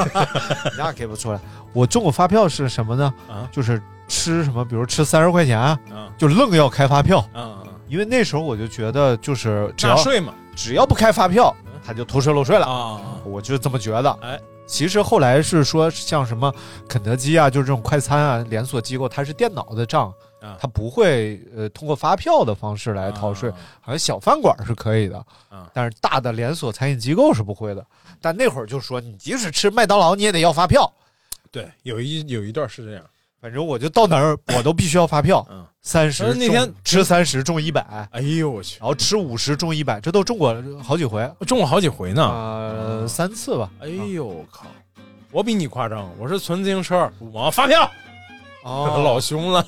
那给不出来。我中过发票是什么呢？
啊
就是吃什么，比如吃三十块钱，啊
嗯
就愣要开发票，
嗯嗯，
因为那时候我就觉得就是只
纳
要
税嘛
只要不开发票，他就偷税漏税了。
啊，
我就这么觉得。
哎，
其实后来是说，像什么肯德基啊，就是这种快餐啊连锁机构，它是电脑的账
啊，
它不会呃通过发票的方式来逃税
啊。
好像小饭馆是可以的
啊，
但是大的连锁餐饮机构是不会的。但那会儿就说，你即使吃麦当劳，你也得要发票。
对，有一有一段是这样，
反正我就到哪儿我都必须要发票，
嗯，
三十
呃那天
吃三十中一百，
哎呦我去，
然后吃五十中一百，这都中过好几回，
中了好几回呢。
呃，三次吧。
哎呦我靠，我比你夸张，我是存自行车五毛发票， 老
哦，
凶了。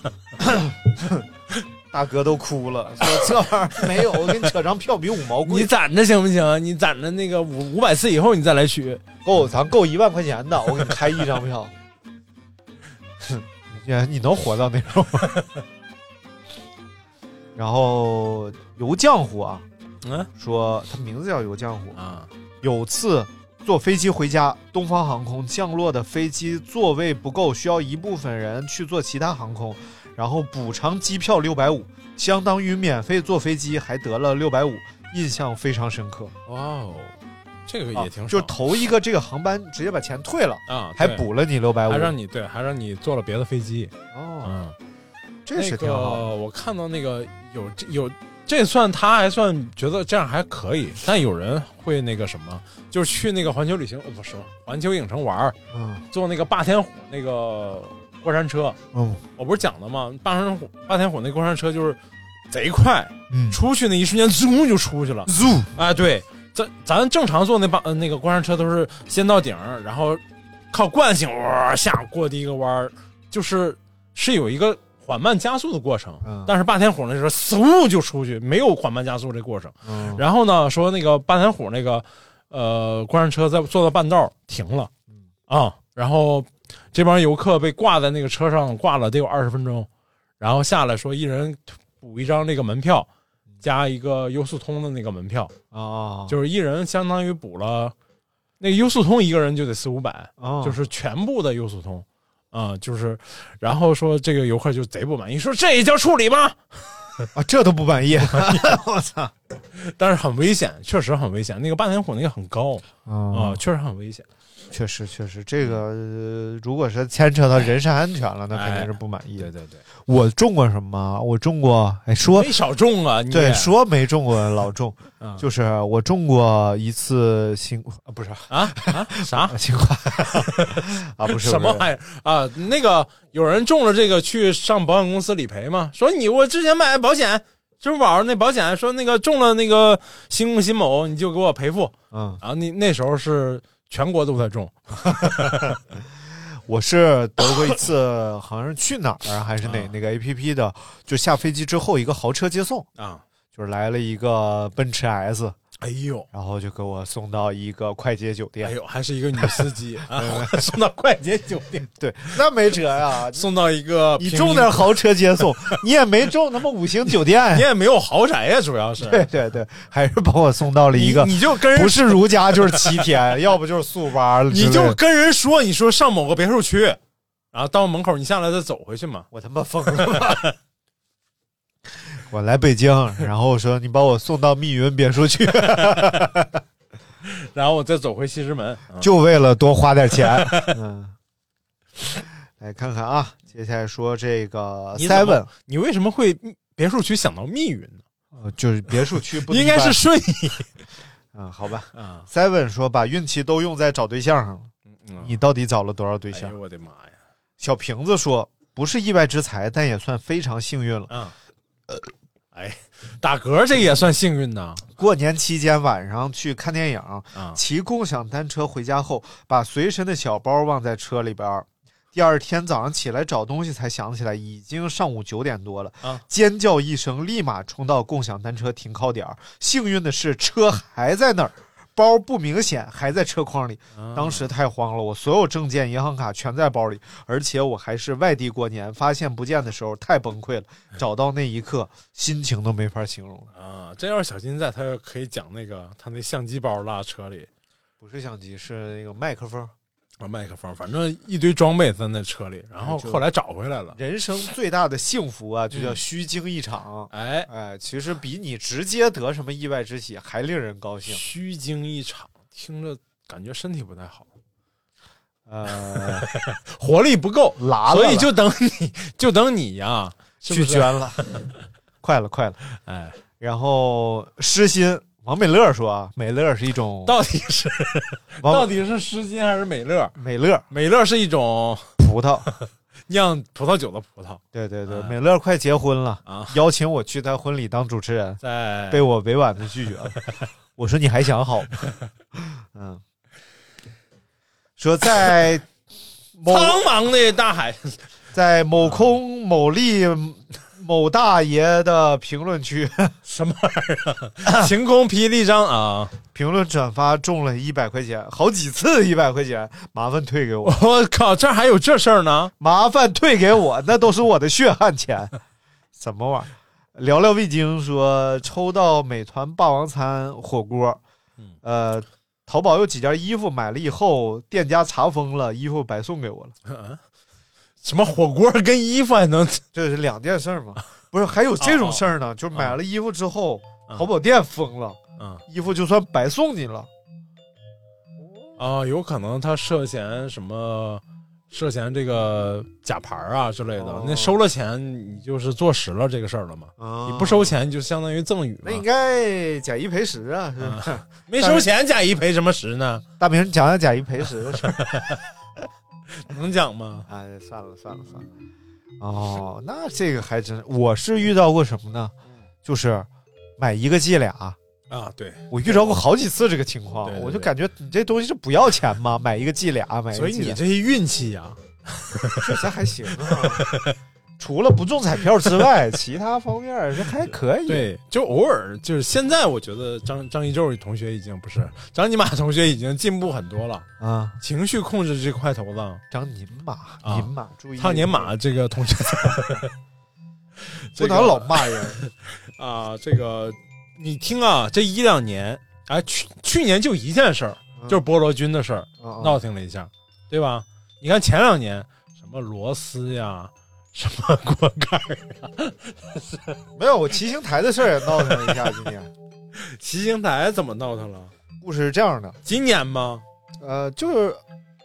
大哥都哭了，说这玩意儿没有，我给你扯张票比五毛
你
贵，
攒着行不行？你攒着那个五五百次以后你再来取。
够咱够一万块钱的，我给你开一张 票。你你能活到那时候吗？ 然后游浆糊啊，
嗯
说他名字叫游浆糊，
啊，
有次坐飞机回家，东方航空降落的飞机座位不够，需要一部分人去坐其他航空，然后补偿机票六百五，相当于免费坐飞机，还得了六百五，印象非常深刻。
哇哦，这个
啊
也挺爽
就是头一个这个航班直接把钱退了，
啊，
还
对，
补了你六百五
还，让你对，还让你坐了别的飞机。
哦，
嗯，
这是挺好的。
那个我看到那个有这有这算他还算觉得这样还可以，但有人会那个什么，就是去那个环球旅行，哦不是环球影城玩儿，
嗯
坐那个霸天虎那个过山车。
嗯
我不是讲了吗？霸天虎霸天虎那过山车就是贼快，
嗯
出去那一瞬间zoom 就出去了。
，zoo
哎，对，咱咱正常坐那把呃那个过山车都是先到顶儿，然后靠惯性哇下过第一个弯儿，就是是有一个缓慢加速的过程。
嗯
但是霸天虎那时候嗖就出去，没有缓慢加速这过程。
嗯
然后呢，说那个霸天虎那个呃过山车在坐到半道儿停了，
嗯
啊，然后这帮游客被挂在那个车上挂了得有二十分钟，然后下来说一人补一张那个门票，加一个优速通的那个门票，
啊，
就是一人相当于补了那个优速通一个人就得四五百，
哦
就是全部的优速通。啊、就是，然后说这个游客就贼不满意，说这也叫处理吗？
啊，这都不满意， 我操
但是很危险，确实很危险。那个霸天虎那个很高，啊、
啊！
确实很危险。
确实确实，这个呃如果是牵扯到人身安全了，那肯定是不满意的。
哎对对，
我中过什么？我中过，哎，说
没少中啊，你
对说没中过老中，
嗯
就是我中过一次新啊不是
啊啊啥
新 冠啊不是
什么
意
玩意儿啊？那个有人中了这个去上保险公司理赔吗？说你我之前买的保险，支付宝那保险说那个中了那个新共新某，你就给我赔付。
嗯，
然后你那时候是全国都在中，
我是得过一次，好像是去哪儿啊还是哪
啊
哪个 A P P 的，就下飞机之后一个豪车接送，
啊，
就是来了一个奔驰 S，
哎呦。
然后就给我送到一个快捷酒店。
哎呦，还是一个女 司机
哎
啊，送到快捷酒店，
对，那没辙 呀、
送到一个
你
平
中
民
点豪车接送，你也没中他妈五星酒店呀
你。也没有豪宅呀，主要是
对对对，还是把我送到了一个
你你就跟人
不是如家就是齐天，要不就是速八之类的，
你就跟人说，你说上某个别墅区，然后到门口你下来再走回去嘛。
我他妈疯了吧！ 我来北京，然后我说你把我送到密云别墅去，
然后我再走回西直门。啊
就为了多花点钱。嗯，来看看啊，接下来说这个
你怎么
seven，
你为什么会别墅区想到密云呢？
呃就是别墅区不
应该是顺义
嗯，好吧。
啊。
seven 说把运气都用在找对象上了，你到底找了多少对
嗯哎
象
呦？我的妈呀！
小瓶子说不是意外之财，但也算非常幸运了。
啊，哎，打嗝这个也算幸运呐
过年期间晚上去看电影，
啊！
骑共享单车回家后，把随身的小包忘在车里边儿。第二天早上起来找东西，才想起来已经上午九点多了。
啊
尖叫一声，立马冲到共享单车停靠点儿。幸运的是，车还在那儿，包不明显，还在车筐里。当时太慌了，我所有证件、银行卡全在包里，而且我还是外地过年，发现不见的时候太崩溃了。找到那一刻，心情都没法形容了。
啊，这要是小金在，他就可以讲那个他那相机包落车里，
不是相机，是那个麦克风。
啊，麦克风，反正一堆装备在那车里，然后后来找回来了。
人生最大的幸福啊，就叫虚惊一 场。
哎，
哎，其实比你直接得什么意外之喜还令人高兴。
虚惊一场，听着感觉身体不太好，
呃，
活力不够，
拉了了，
所以就等你，就等你呀、是不
去
是
捐了，快了， 快了。
哎，
然后失心，王美乐说啊，美乐是一种
到底 是
王
到底是诗金还是美乐？
美乐
美乐是一种
葡萄，
酿葡萄酒的葡萄
对对对，
啊
美乐快结婚了，
啊，
邀请我去他婚礼当主持人，
在
被我委婉的拒绝了。哎 我说你还想好吗？ 嗯，说在某
苍茫的大海，
在某空某利某大爷的评论区
什么玩意儿啊？晴空霹雳章啊！
评论转发中了一百块钱，好几次一百块钱，麻烦退给我。
我靠，这还有这事儿呢？
麻烦退给我，那都是我的血汗钱。什么玩意儿？聊聊味精说抽到美团霸王餐火锅，呃，淘宝有几件衣服买了以后，店家查封了，衣服白送给我了，
什么火锅跟衣服还 能
这是两件事儿嘛？不是，还有这种事儿呢，就是买了衣服之后，淘宝店封了，
嗯
衣服就算白送你了。
啊？有可能他涉嫌什么？涉嫌这个假牌儿啊之类的
哦，
那收了钱你就是坐实了这个事儿了嘛？
啊
你不收，钱你就相当于赠与嘛
那应该假一赔十啊，是吧？
没收钱假一赔什么十呢？
嗯大明，你讲讲假一赔十的事儿。
能讲吗？
哎，算了算了算了。哦，那这个还真，我是遇到过什么呢？就是买一个寄俩，
啊，对，
我遇到过好几次这个情况，
对对对
我就感觉你这东西是不要钱吗？买一个寄俩，买一
所
个
以
寄
你
俩，
这些运气啊呀、
这这还行 啊。除了不中彩票之外，其他方面这还可以。
对，就偶尔就是现在，我觉得张张一宙同学已经不是张尼玛同学已经进步很多了，
啊，
情绪控制这块头子，
张您马，
啊
您马，注意，
操你妈！这个同学
不能老骂人。
啊，这个你听啊，这一两年，哎，去去年就一件事儿，
嗯
就是菠萝君的事儿，
啊啊
闹腾了一下，对吧？你看前两年什么螺丝呀，什么锅 盖儿
没有，我骑行台的事儿也闹腾了一下。今 天
骑行台怎么闹腾了？
故事是这样的，
今年吗？
呃，就是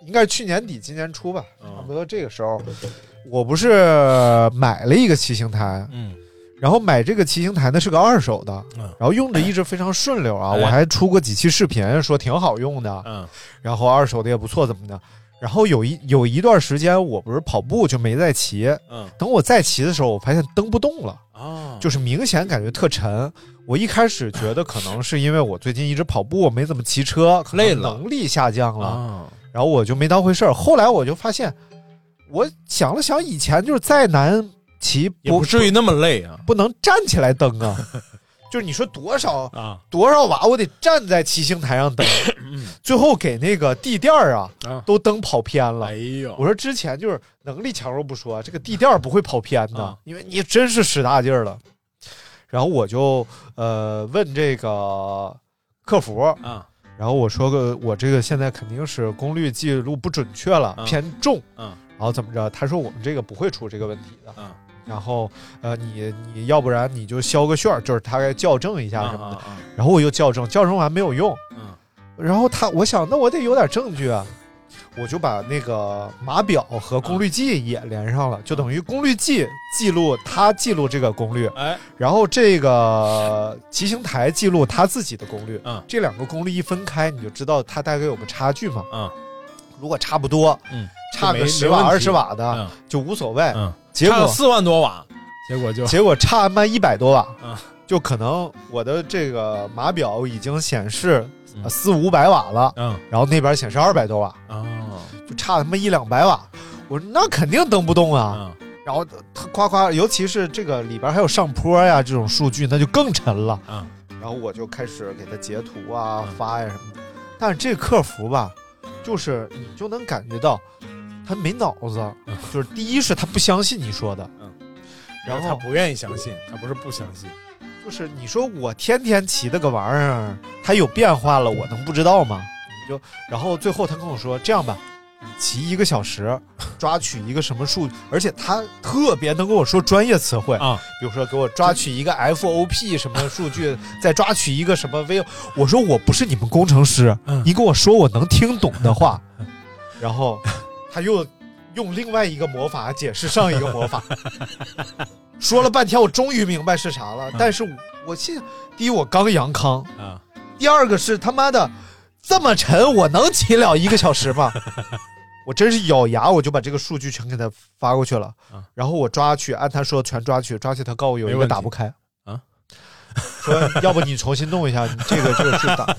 应该是去年底今年初吧，
嗯
差不多这个时候，我不是买了一个骑行台，
嗯
然后买这个骑行台呢是个二手的，
嗯
然后用着一直非常顺溜啊，
哎
我还出过几期视频说挺好用的，
嗯
然后二手的也不错怎么的。然后有一有一段时间我不是跑步就没再骑，
嗯
等我再骑的时候，我发现蹬不动了。
啊，
就是明显感觉特沉。我一开始觉得可能是因为我最近一直跑步，没怎么骑车，可能
累了
能力下降了，
啊，
然后我就没当回事儿。后来我就发现，我想了想，以前就是再难骑，
也不至于那么累啊
不能站起来蹬 啊。就是你说多少
啊嗯
多少瓦，我得站在骑行台上蹬，最后给那个地垫儿啊
啊！
都蹬跑偏了
哎。呦，
我说之前就是能力强弱不说，这个地垫儿不会跑偏的，
啊
因为你真是使大劲儿了。然后我就呃问这个客服，
啊
然后我说个我这个现在肯定是功率记录不准确了，
啊
偏重，
啊
然后怎么着？他说我们这个不会出这个问题的。
啊
然后呃你你要不然你就消个旋儿，就是大概校正一
啊
下什么的。
啊
然后我又校正，校正完没有用，
啊！
然后他，我想，那我得有点证据啊，我就把那个码表和功率计也连上了，就等于功率计记录他记录这个功率，
哎
然后这个骑行台记录他自己的功率，
嗯
这两个功率一分开，你就知道它大概有个差距嘛。
嗯，
如果差不多，
嗯，
差
没
个十瓦
没问
二
题
十瓦的
嗯
就无所谓，
嗯，
结
差了
果
四万多瓦，结果就
结果差他妈一百多瓦，
嗯
就可能我的这个码表已经显示
嗯
呃四五百瓦了。
嗯
然后那边显示二百多瓦，
啊
就差他妈一两百瓦。我说那肯定蹬不动啊。
啊
然后他夸夸，尤其是这个里边还有上坡呀这种数据，那就更沉了。
啊
然后我就开始给他截图啊
嗯
发呀什么的。但是这客服吧，就是你就能感觉到他没脑子
嗯，
就是第一是他不相信你说的
嗯，
然
他
后
不愿意相信，他不是不相信，
就是你说我天天骑的个玩意儿，它有变化了，我能不知道吗？你就，然后最后他跟我说，这样吧，你骑一个小时，抓取一个什么数，而且他特别能跟我说专业词汇
啊，
比如说给我抓取一个 FOP 什么数据，再抓取一个什么 V，我说我不是你们工程师，
嗯
你跟我说我能听懂的话，然后他又用另外一个魔法解释上一个魔法，说了半天，我终于明白是啥了。但是我我心想，第一我刚阳康，
啊
第二个是他妈的这么沉，我能骑了一个小时吗？我真是咬牙，我就把这个数据全给他发过去了
啊。
然后我抓去，按他说的全抓去，抓去他告我有一
没
个
问题
打不开
啊，
说要不你重新弄一下，你这个这个是 打。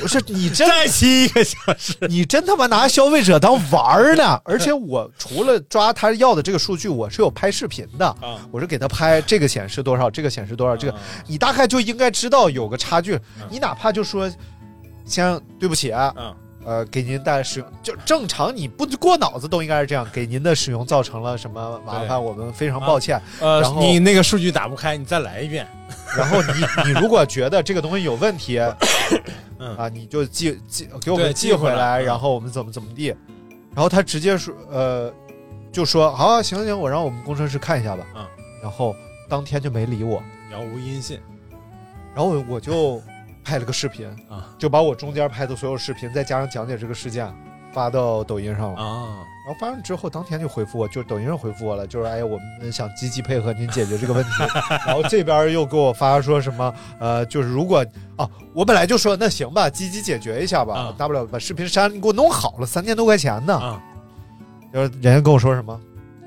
不是你真
再骑一个小时，
你真他妈拿消费者当玩儿呢！而且我除了抓他要的这个数据，我是有拍视频的，
啊
我是给他拍这个显示多少，这个显示多少，这个你大概就应该知道有个差距。你哪怕就说，先对不起啊，
嗯
呃，给您带来使用，就正常你不过脑子都应该是这样，给您的使用造成了什么麻
对
烦，我们非常抱歉。
呃
然，后
你那个数据打不开，你再来一遍。
然后你你如果觉得这个东西有问 题，
嗯
啊，你就寄寄给我们
对
寄
寄
回
回
来，
来嗯
然后我们怎么怎么地。然后他直接说，呃，就说好、啊，行行，我让我们工程师看一下吧。
嗯，
然后当天就没理我，
杳无音信，
然后我我就拍了个视频
啊，
就把我中间拍的所有视频，再加上讲解这个事件，发到抖音上了。
啊，
然后发完之后，当天就回复我，就是抖音上回复我了，就是哎，我们想积极配合您解决这个问题。 然后这边又给我发说什么，呃，就是如果啊，我本来就说那行吧，积极解决一下吧，
啊
大不了把视频删，你给我弄好了，三千多块钱呢。
啊
就是人家跟我说什么，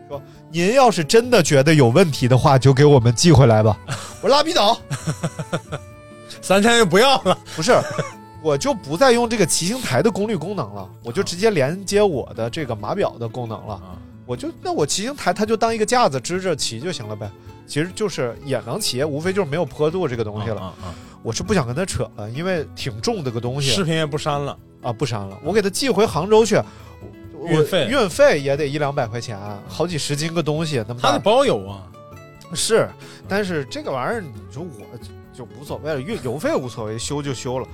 说您要是真的觉得有问题的话，就给我们寄回来吧。我拉皮倒，
三千就不要了。
不是。 我就不再用这个骑行台的功率功能了，我就直接连接我的这个码表的功能了。
啊，
我就那我骑行台，它就当一个架子支着骑就行了呗。其实就是也能骑，无非就是没有坡度这个东西了。
啊啊啊
我是不想跟他扯了，因为挺重的个东西
视频也不删了，
啊，不删了。我给他寄回杭州去，我
运费
运费也得一两百块钱，好几十斤个东西，那么
他
大
的包有啊。
是。但是这个玩意儿，你说我就无所谓了，运邮费无所谓，修就修了。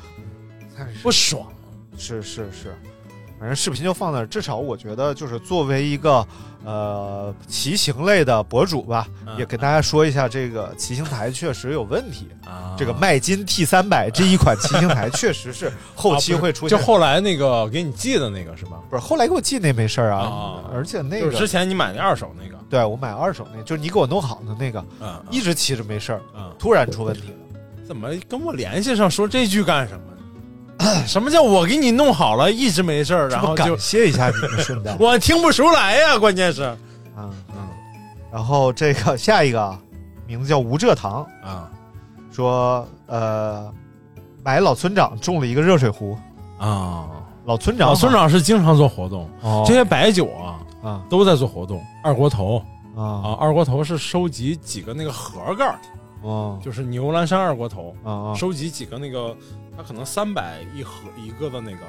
但是
不爽。
是是是，反正视频就放那儿。至少我觉得，就是作为一个呃骑行类的博主吧，
嗯
也跟大家说一下，这个骑行台确实有问题。
啊
这个麦金 T 三百这一款骑行台确实是后期会出现。
啊就后来那个给你寄的那个是吧？
不是后来给我寄那没事儿啊
啊，
而且那
就是
个
之前你买那二手那个。
对我买二手那，就是你给我弄好的那个，
嗯
一直骑着没事儿，
嗯，
突然出问题了。
怎么跟我联系上说这句干什么 呢？什么叫我给你弄好了，一直没事儿，然
这
后
不
就
感谢一下你们 顺带
我听不出来呀、关键是
啊嗯，然后这个下一个啊名字叫吴蔗糖，
啊
说呃，买老村长种了一个热水壶，
啊！
老村长嘛，
老村长是经常做活动，
哦
这些白酒啊
啊
都在做活动。二锅头啊，
啊
二锅头是收集几个那个盒盖儿，
哦
就是牛栏山二锅头，
啊啊
收集几个那个，它可能三百一盒一个的那个，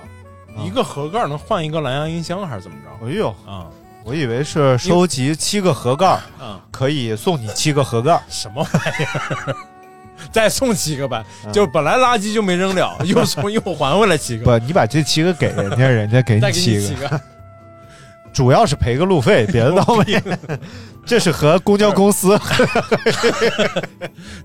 啊
一个盒盖儿能换一个蓝牙音箱还是怎么着？
哎呦，
啊
我以为是收集七个盒盖儿，
啊，
可以送你七个盒盖儿。
什么玩意儿？再送七个呗，
嗯
就本来垃圾就没 扔了，又送又还回来七个，
不，你把这七个给人家，人家给
再
你
给你
七
七
个，
个，
主要是赔个路 费，别的倒没。这是和公交公 司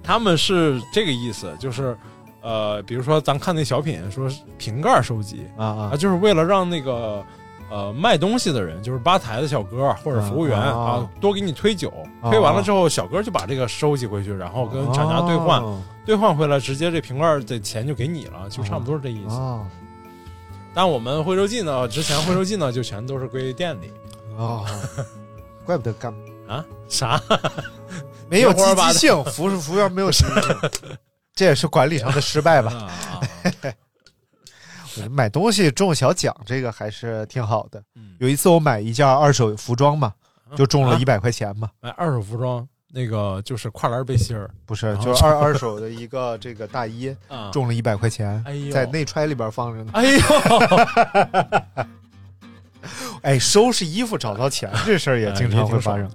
他们是这个意思，就是呃，比如说咱看那小品，说是瓶盖收集
啊啊
啊，就是为了让那个呃卖东西的人，就是吧台的小哥或者服务员
啊啊
啊，多给你推酒，
啊
推完了之后，小哥就把这个收集回去，然后跟厂家兑换，
啊哦
兑换回来，直接这瓶盖的钱就给你了，就差不多是这意思。
啊
但我们回收剂呢，之前回收剂呢，就全都是归店里
啊，怪不得干
啊，啥
没有积
胡说八
极
道
性，服是服务员没有积极性， 这也是管理上的失败吧。
啊啊
买东西中小奖，这个还是挺好的。
嗯
有一次我买一件二手服装嘛，就中了
啊
一百块钱嘛，
买二手服装，那个就是跨栏背心儿
不是，
啊
就是二二手的一个这个大衣，
啊
中了一百块钱
哎，呦
在内揣里边放着呢。
哎呦，
哎，收拾衣服找到钱这事儿也经常会发
哎也
生，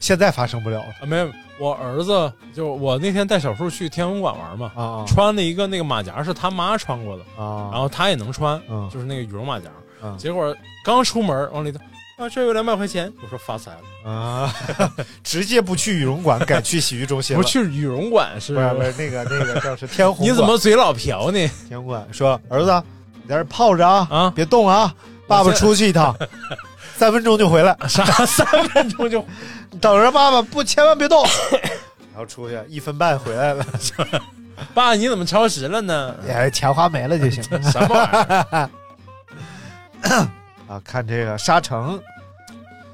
现在发生不了了
啊，没有，我儿子就我那天带小树去天文馆玩嘛，
啊
穿了一个那个马甲是他妈穿过的，
啊，
然后他也能穿，
嗯
就是那个羽绒马甲。
嗯
结果刚出门往里头，啊，这有两百块钱，我说发财了，
啊，直接不去羽绒馆，改去洗浴中心了。
不去羽绒馆是
不？是不是那个那个叫是 天虹馆，
你怎么嘴老瓢 呢？
天虹馆说儿子，你在这儿泡着啊，
啊，
别动啊，爸爸出去一 趟，三分钟就回来，
啥三分钟就
等着爸爸，不，千万别动。 然后出去一分半回来了，
爸，你怎么超时了呢？
哎，钱花没了就行。
什么玩意儿？
啊，看这个沙城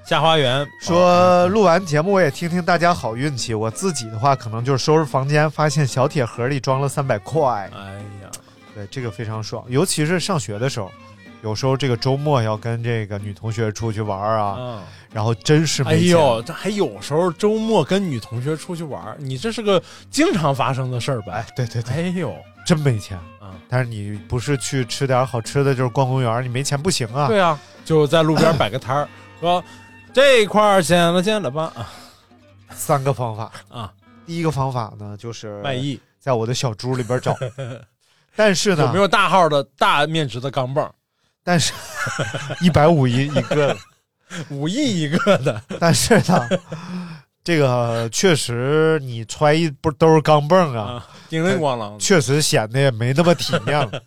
下花园哦
说录完节目我也听听大家好运气，我自己的话可能就是收拾房间，发现小铁盒里装了三百块，
哎呀，
对，这个非常爽，尤其是上学的时候，有时候这个周末要跟这个女同学出去玩啊，
嗯，
然后真是啊
哎
没钱，
呦，这还有时候周末跟女同学出去玩儿，你这是个经常发生的事儿呗
哎？，对对对，
哎呦，
真没钱
嗯。
但是你不是去吃点好吃的，就是逛公园，你没钱不行啊。
对啊，就在路边摆个 摊儿，说这块儿捡了捡了吧啊
三个方法，
啊，呃
第一个方法呢就是
卖艺
在我的小猪里边 找，但是呢，
有没有大号的大面值的钢镚儿？
但是一百五一一个，
五亿一个的，
但是呢，这个确实你揣一不都是钢镚啊，
啊叮铃咣啷的。
确实显得也没那么体面了。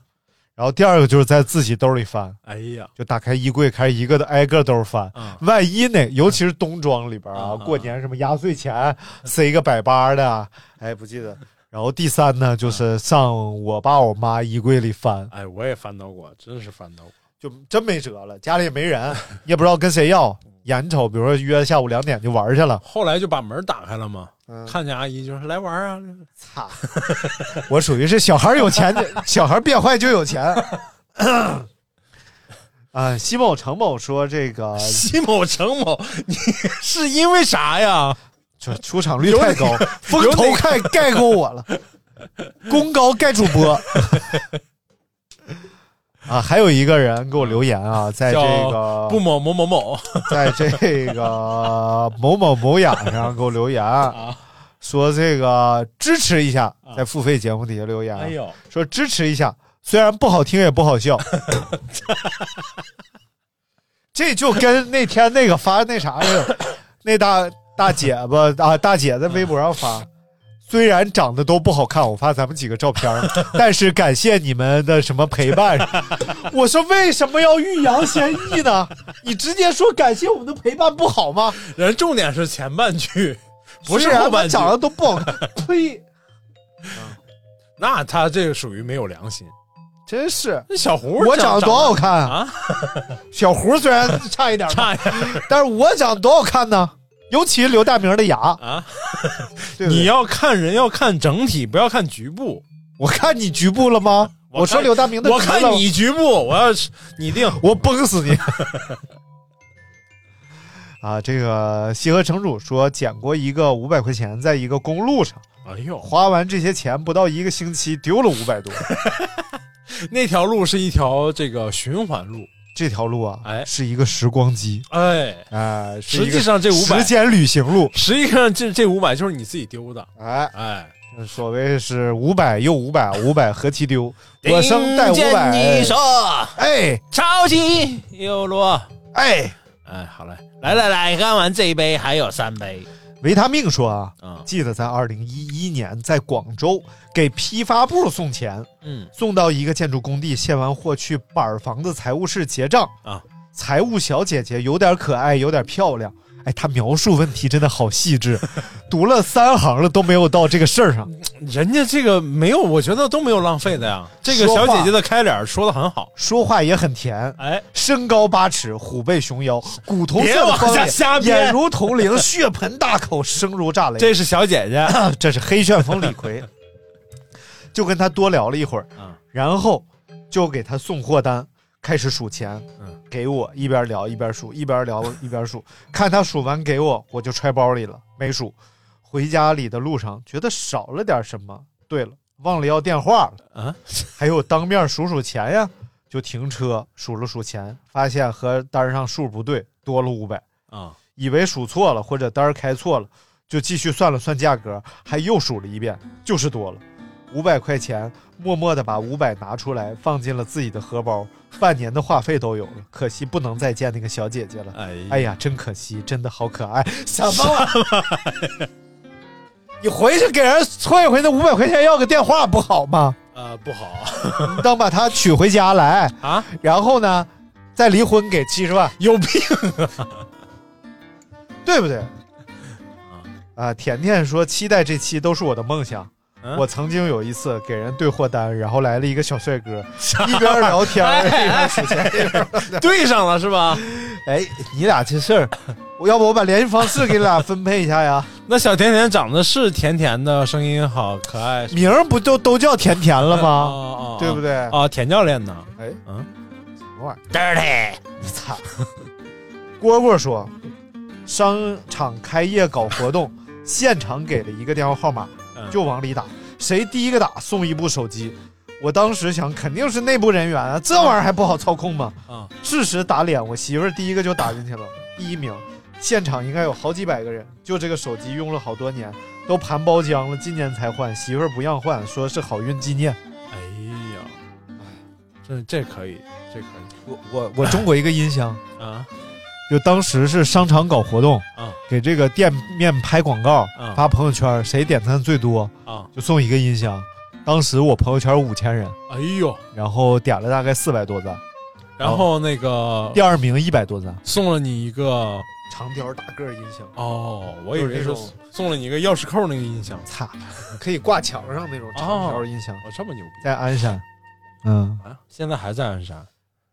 然后第二个就是在自己兜里翻，
哎呀，
就打开衣柜，开始一个的挨个兜翻。
啊
万一呢？尤其是冬装里边啊，
嗯嗯
过年什么压岁钱塞一个百八的，哎，不记得。然后第三呢，就是上我爸我妈衣柜里翻，
哎，我也翻到过，真是翻到过。
就真没辙了，家里也没人，也不知道跟谁要，
嗯
眼瞅比如说约下午两点就玩去了，
后来就把门打开了嘛，
嗯
看见阿姨就说来玩啊，
操！ 我属于是小孩有钱，小孩变坏就有钱。啊，西某程某说这个
西某程某，你是因为啥呀？
出出场率太高，风
有
头
哪
盖盖过我了，功高盖主播。啊，还有一个人给我留言啊，在这个
叫不某某某某
在这个某某某雅上给我留言，啊
啊
说这个支持一下，在付费节目底下留言，啊
哎呦，
说支持一下，虽然不好听也不好笑， 这就跟那天那个发那啥似的，那大大姐吧啊，大姐在微博上发。
啊
虽然长得都不好看，我发咱们几个照片 儿，但是感谢你们的什么陪伴。我说为什么要欲扬先抑呢？你直接说感谢我们的陪伴不好吗？
人重点是前半句，不是
虽然
后
我
半句
长，得都不好看，呸！
那他这个属于没有良心。
真是
那小胡
我长得多好看啊！
啊？
小胡虽然差一点吧，
差呀
但是我长得多好看呢，尤其刘大明的牙，
啊！
对不对
你要看人要看整体，不要看局部。
我看你局部了吗？
我看
我说刘大明的，
我看，你局部，我要是你定
我崩死你！ 啊，这个西河城主说捡过一个五百块钱，在一个公路上
哎呦，
花完这些钱不到一个星期，丢了五百 多。
那条路是一条这个循环路，
这条路啊，
哎
是一个时光机，
哎，
哎，是
实
一个
际上这500
时间旅行路，
实际上这这五百就是你自己丢的，
哎，
哎，
所谓是五百又五百，五百合其丢，我生带五
听见你
百，
说
哎
潮起又落，
哎，
哎，好嘞，来来来，干完这一杯还有三杯，
维他命说啊，
嗯
记得在二零一一年在广州给批发部送钱，
嗯，
送到一个建筑工地，现完货去板房子财务室结账
啊。
财务小姐姐有点可爱，有点漂亮。哎，她描述问题真的好细 致，读了三行了都没有到这个事儿上。
人家这个没有，我觉得都没有浪费的呀。这个
说
小
话
姐姐的开脸说的很好，
说话也很甜，
哎，
身高八尺，虎背熊腰，古铜色的
别往
方
下
脸，
瞎编
眼如铜铃，血盆大口，声如炸 雷。
这是小姐姐，
这是黑旋 风李逵，就跟他多聊了一会儿，
嗯
然后就给他送货单，开始数钱，
嗯
给我一边聊一边数，一边聊一边数， 看他数完给我，我就揣包里了，没数。回家里的路上觉得少了点什么，对了，忘了要电话了，
啊，
还有当面数数钱呀，就停车数了数钱，发现和单上数不对，多了五百。
啊，
以为数错了或者单儿开错了，就继续算了算价格，还又数了一遍，就是多了五百块钱。默默地把五百拿出来，放进了自己的荷包，半年的话费都有了。可惜不能再见那个小姐姐了。
哎呀
哎呀，真可惜，真的好可爱。什么玩意儿？啊你回去给人催回那五百块钱要个电话不好吗？
呃，不好
你等把她娶回家来，
啊，
然后呢，再离婚给七十万。
有病
对不对？啊，甜甜说期待这期都是我的梦想，
嗯
我曾经有一次给人对货单，然后来了一个小帅哥，一边聊天儿一边 数钱，一边
啊对上了是吧？
哎，你俩这事儿，我要不我把联系方式给你俩分配一下呀？
那小甜甜长得是甜甜的，声音好可爱，
名儿不就都叫甜甜了吗？
哦哦哦
对不对
啊，田教练呢？
哎，
嗯，
什么玩意儿？
dirty，
操！蝈蝈说，商场开业搞活动，现场给了一个电话号码，
嗯
就往里打，谁第一个打送一部手机。我当时想，肯定是内部人员啊，这玩意儿还不好操控吗？
啊，
事实打脸，我媳妇儿第一个就打进去了，第一名。现场应该有好几百个人，就这个手机用了好多年，都盘包浆了，今年才换。媳妇儿不让换，说是好运纪念。
哎呀，哎，这这可以，这可以
我我我中国一个音箱，
啊
就当时是商场搞活动，
嗯
给这个店面拍广告，
嗯
发朋友圈，谁点赞最多
啊！
就送一个音箱。当时我朋友圈五千人，
哎呦，
然后点了大概四百多赞，
然后那个
第二名一百多赞，
送了你一个
长条大个儿音箱，
哦，我以为
就是是这
送了你一个钥匙扣那个音响，
擦，可以挂墙上那种长条音箱，
我这么牛逼
在鞍山，嗯，
啊！现在还在鞍山，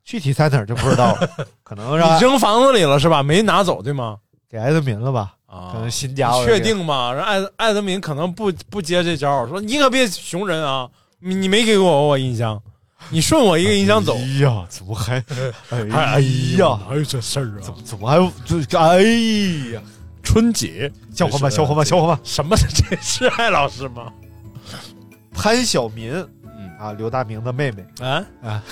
具体在哪儿就不知道了，可能让
你扔房子里了是吧？没拿走对吗？
给埃德民了吧，
啊
可能新家伙
确定吗？人艾艾德敏可能不不接这招，说你可别熊人啊！你你没给我我音箱，你顺我一个音箱走
哎。呀，怎么还，哎
哎呀
呀，，
还有这事儿啊！
怎么还有这哎呀，
春节，
小伙伴，小伙伴，小伙伴，
什么？ 这是艾老师吗？
潘晓民
嗯
啊，刘大明的妹妹
啊
啊，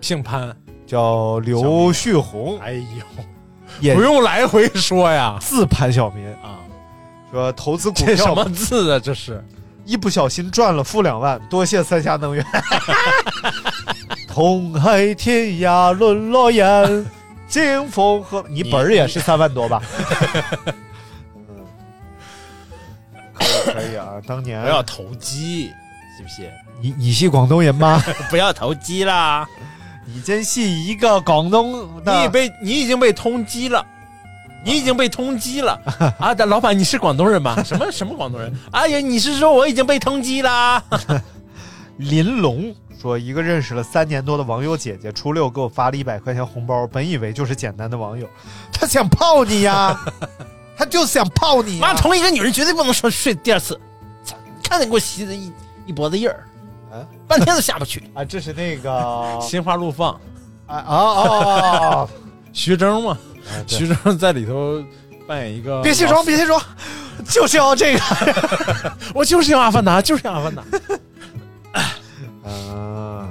姓潘。
叫刘旭红，
哎呦，
也
不用来回说呀
字潘晓民，
啊！
说投资股
这什么
票
字啊？这是
一不小心赚了负两万，多谢三峡能源。 同海天涯沦落雁，惊风和你本儿也是三万多吧？嗯可以 可以啊，当年
不要投机，是不是？
你你是广东人 吗？
不要投机啦！
你真是一个广东的，
你已被你已经被通缉了，你已经被通 缉了啊！但老板，你是广东人吗？什么什么广东人？ 哎呀，你是说我已经被通缉啦？
林龙说，一个认识了三年多的网友姐姐，初六给我发了一百块钱红包，本以为就是简单的网友，他想泡你 呀，他就想泡你呀。
妈，同一个女人绝对不能说睡第二次，操看着给我吸的一一脖子印儿
啊，
半天都下不去。
啊，这是那 个啊
心花怒放，
啊啊啊！
徐峥嘛，
对
徐峥在里头扮演一 个
别卸妆，别卸妆，就是要这个。
我就是要阿凡达，就是要阿凡达。
啊！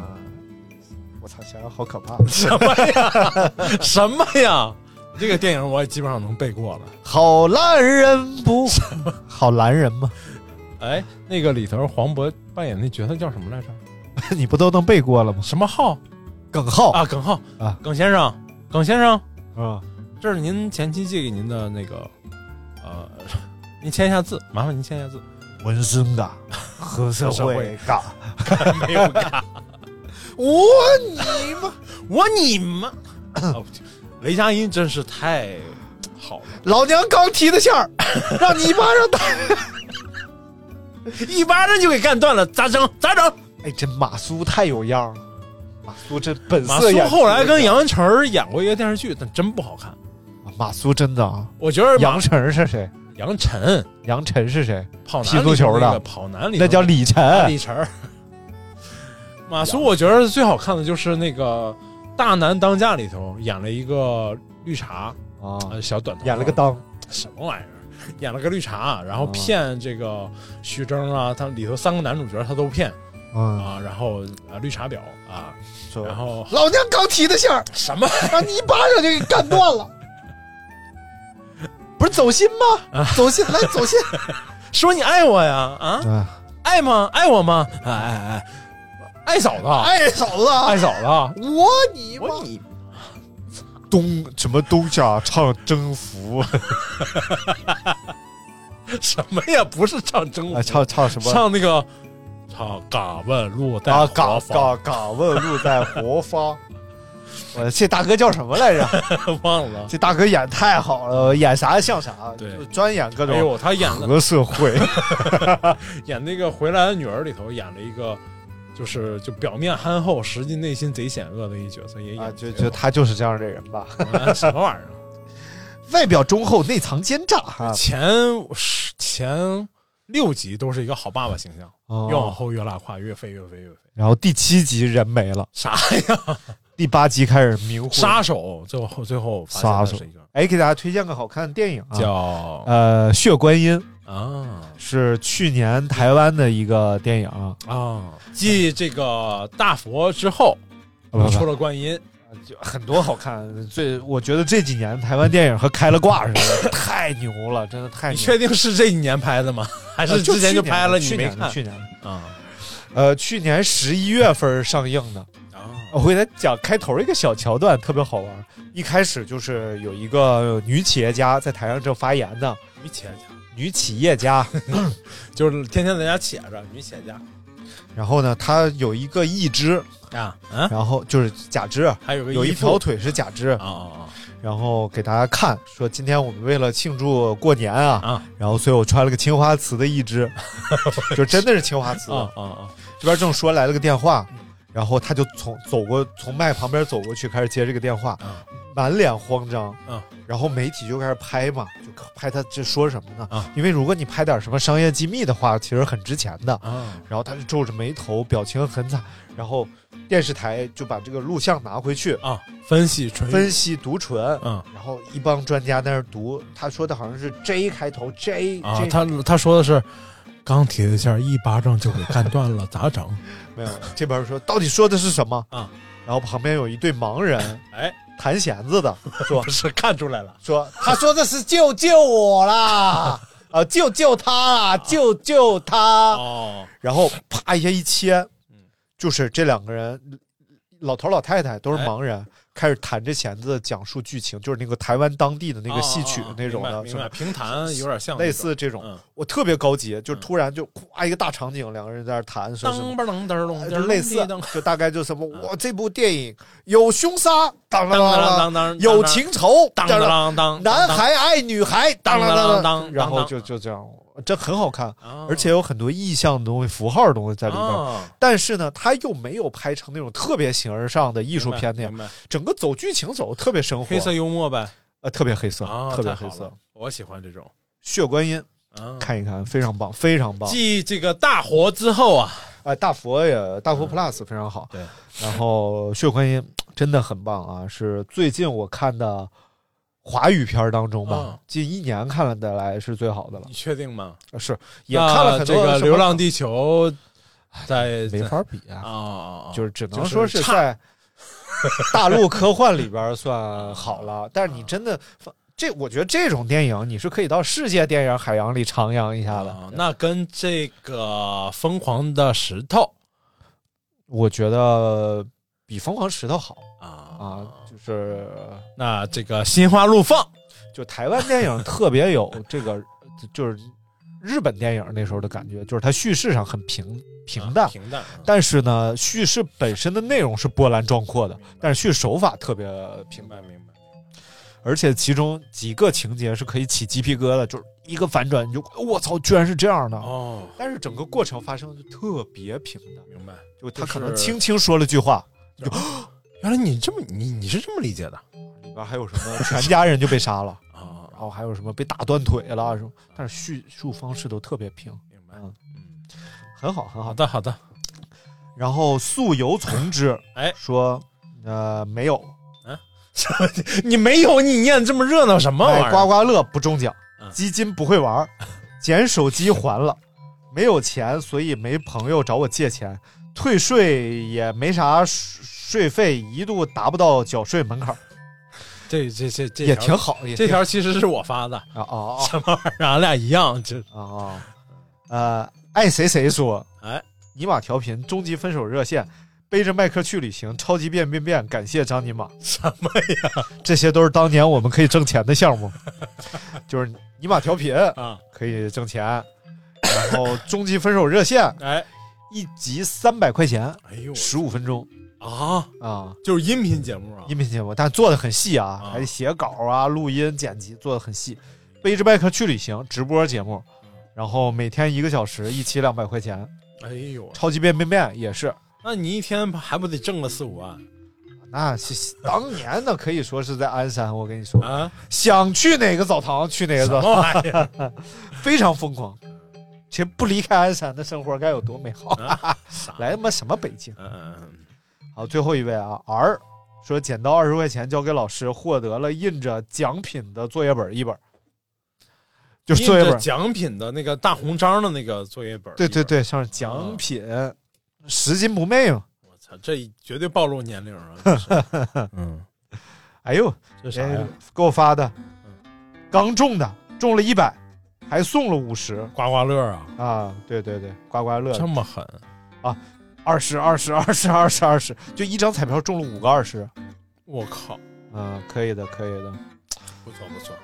我操，想想好可怕。
什么呀？ 什么呀？这个电影我也基本上能背过了。
好男人不， 好男人吗？
哎，那个里头黄渤扮演那角色叫什么来着？
你不都能背过了吗？
什么浩
耿浩
啊？耿浩
啊，
耿先生，耿先生，
啊，
这是您前期借给您的那个，呃， 您签一下字，麻烦您签一下 字。
纹身的，和社
社会
会啊嘎。
没 有干，
我你妈！
我你妈！哦不行雷佳音真是太好了，
老娘刚提的线儿，让你一巴掌打。
一巴掌就给干断了，咋整？咋整？
哎，这马苏太有样了，马苏这本
马
色
苏
演出
后来跟
这个
杨晨儿演过一个电视剧，但真不好看。
马苏真的啊，
我觉得马
杨晨是谁？
杨晨
杨晨是谁？
跑男
踢足球的
里头那个跑男里头
那叫李晨。
李晨儿。马苏，我觉得最好看的就是那个《大男当家》里头演了一个绿茶，
啊，
呃，小短头发，
演了个当，
什么玩意儿？演了个绿茶，然后
啊
骗这个徐峥啊，他里头三个男主角他都骗
嗯，
啊，然后啊绿茶婊啊，
说
然后
老娘刚提的线儿，
什么
让你一巴掌就给干断 了，不是走心吗？啊走心，来走心。
说你爱我呀啊，
啊，
爱吗？爱我吗？哎哎哎，爱嫂子，爱
哎，嫂子啊，
嫂子，
我你妈！
我你
东什么东家唱征服
什么呀？不是唱征服
啊，，唱唱什么？
唱那个唱嘎问路在
啊，
何
嘎
方
嘎嘎问路在何方？ 我这大哥叫什么来着？
忘了。
这大哥演太好了，演啥像啥，
对
就专演各
哎
种嗯
呦，他演 了
和社会。
演那个《回来的女儿》里头演了一个，就是就表面憨厚，实际内心贼险恶的一角色，也演
啊，
得
就
贼
就
好
他就是这样的人吧，
啊什么玩意儿？
外表忠厚，内藏奸诈啊！
前十前六集都是一个好爸爸形象，
哦
越往后越拉胯，越飞越飞越飞。
然后第七集人没了，
啥 呀？
第八集开始迷糊。
杀手最后最后发现他是一个
哎，给大家推荐个好看的电影啊，
叫
呃《血观音》，
啊
是去年台湾的一个电影啊，啊
啊，继这个大佛之后
不不
出
不，
了观音，
啊就很多好看。最我觉得这几年台湾电影和开了挂似 的，太牛了，真的太
你
牛了。
确定是这一年拍的吗？ 还
呃
是之前
去
就
年
拍了
的
你
去
没
年的
看
去年的，
啊？
呃，去年十一月份上映的。
啊
我给他讲开头一个小桥段，特别好玩。一开始就是有一个女企业家在台上正发言呢，
女企业家，
女企业家，
就是天天在家且着，女企业家
然后呢，她有一个义肢，
啊啊，
然后就是假肢，
还有个
有一
姨父
条腿是假肢
啊，啊
然后给大家看说，今天我们为了庆祝过年
啊
啊，
啊
然后所以我穿了个青花瓷的义 肢，就真的是青花瓷
啊。嗯啊啊！
这边正说来了个电话，然后他就从走过从麦旁边走过去，开始接这个电话，
啊
满脸慌张。
嗯，
然后媒体就开始拍嘛，就拍他这说什么呢？
啊
因为如果你拍点什么商业机密的话，其实很值钱的。
啊
然后他就皱着眉头，表情很惨。然后电视台就把这个录像拿回去
啊！分析纯
分析读唇，
嗯
然后一帮专家在那儿读，他说的好像是 J 开头 J
啊，
J
他他说的是钢铁的线一巴掌就给干断了，咋整？
没有，这边说到底说的是什么
啊？
然后旁边有一对盲人
哎，
弹弦子的说
不是看出来了，
说，他说的是救救我啦，啊救救他啦，救救他，
哦
然后啪一下一切，就是这两个人，老头老太太都是盲人。开始弹着弦子讲述剧情，就是那个台湾当地的那个戏曲
哦哦哦
那种
明白
的，
明
什么
白评弹有点像那
类似这种，
嗯
我特别高级，就突然就咵一个大场景，两个人在那儿弹，说什
噔
么
吧噔噔
呃
噔，
就类似
噔噔，
就大概就什么，我这部电影有凶杀，当当
当当当，
有情仇，
当当当，
男孩爱女孩，当当
当当
然后就就这样，这很好看，
啊
而且有很多意象的东西、符号的东西在里边。
啊，
但是呢，他又没有拍成那种特别形而上的艺术片那样，
明白
整个走剧情走得特别生活
黑，色幽默呗，
呃，特别黑色
啊，，
特别
太好
黑
了
色。，
我喜欢这种。
血观音，
啊，
看一看，非常棒，非常棒。
继这个大活之后啊，
哎，大佛也大
嗯
佛 Plus 非常好。
对，
然后血观音真的很棒啊，是最近我看的华语片儿当中吧，
嗯
近一年看了的来是最好的了
你。确定吗？
啊是也看了
那
很
这
多
个《
什么哎
流浪地球》在
没法比
啊
啊，
啊，啊
就是只能
就是
说是
差
在大陆科幻里边儿算好了，但是你真的放这，我觉得这种电影你是可以到世界电影海洋里徜徉一下
啊
的。
那跟这个《疯狂的石头
我觉得比《疯狂石头》好》
啊，
啊，就是。
那这个《心花怒放》
就台湾电 影特别有这个，就是日本电影那时候的感觉，就是它叙事上很平平淡
啊，平淡，啊
但是呢，叙事本身的内容是波澜壮阔的，但是叙事手法特别平
明
淡，
白嗯明白。
而且其中几个情节是可以起鸡皮疙瘩，就是一个反转你就我操，居然是这样的。
哦，
但是整个过程发生就特别平淡，
明白。
就他可
就是
能轻轻说了句话，
原来你这么你你是这么理解的
里啊边还有什 么全家人就被杀了，
啊？
然后还有什么被打断腿 了什么，但是叙述方式都特别平，
明白。
嗯
嗯，
很好很好
好。的好的，
然后素由从之，
哎
说呃没有，
你没有你念这么热闹什么玩意
买
儿？
哎刮刮乐不中奖
嗯，
基金不会玩 儿，捡手机还了，没有钱，所以没朋友找我借钱，退税也没啥税税费，一度达不到缴税门槛儿，
这这这这
也
条
挺好，也
这
挺
条其实是我发的，
啊啊
什么玩意儿？俺俩一样， 这
啊啊，呃，爱谁谁说，
哎，
尼玛调频终极分手热线。背着麦克去旅行，超级变变变！感谢张尼玛，
什么呀？
这些都是当年我们可以挣钱的项目， 就是尼玛调频
啊，
可以挣钱，然后终极分手热线
哎，
一集三百块钱，
哎呦，
十五分钟，
啊，
啊、
就是音频节目啊，
音频节目，但做的很细啊，
啊
还写稿啊、录音、剪辑，做的很细。背着麦克去旅行直播节目，
嗯
然后每天一个小时，一期两百块钱。
哎呦，
超级变变变也是，
那你一天还不得挣个四五万
那是当年呢，可以说是在鞍山。我跟你说，
啊？
想去哪个澡堂去哪个
什
澡
么
堂，
玩意儿？
非常疯狂。其实不离开鞍山的生活该有多美好！ 来他妈什么北京？
嗯嗯
好，最后一位啊，R 说捡到二十块钱交给老师，获得了印着奖品的作业本一本，就
嗯，
是作业
印着
本，
奖品的那个大红章的那个作业本，啊
对对，对，上面奖品，拾金不昧嘛。
我操，这绝对暴露年龄 啊！这是嗯，
哎呦，
这啥
谁
呀？嗯
给我发的？刚中的，中了一百，还送了五十
刮刮乐啊，
啊！对对对，刮刮乐，
这么狠，
二十二十二十二十二十，就一张彩票中了五个二十。
我靠，
嗯，可以的，可以的。
不错不错。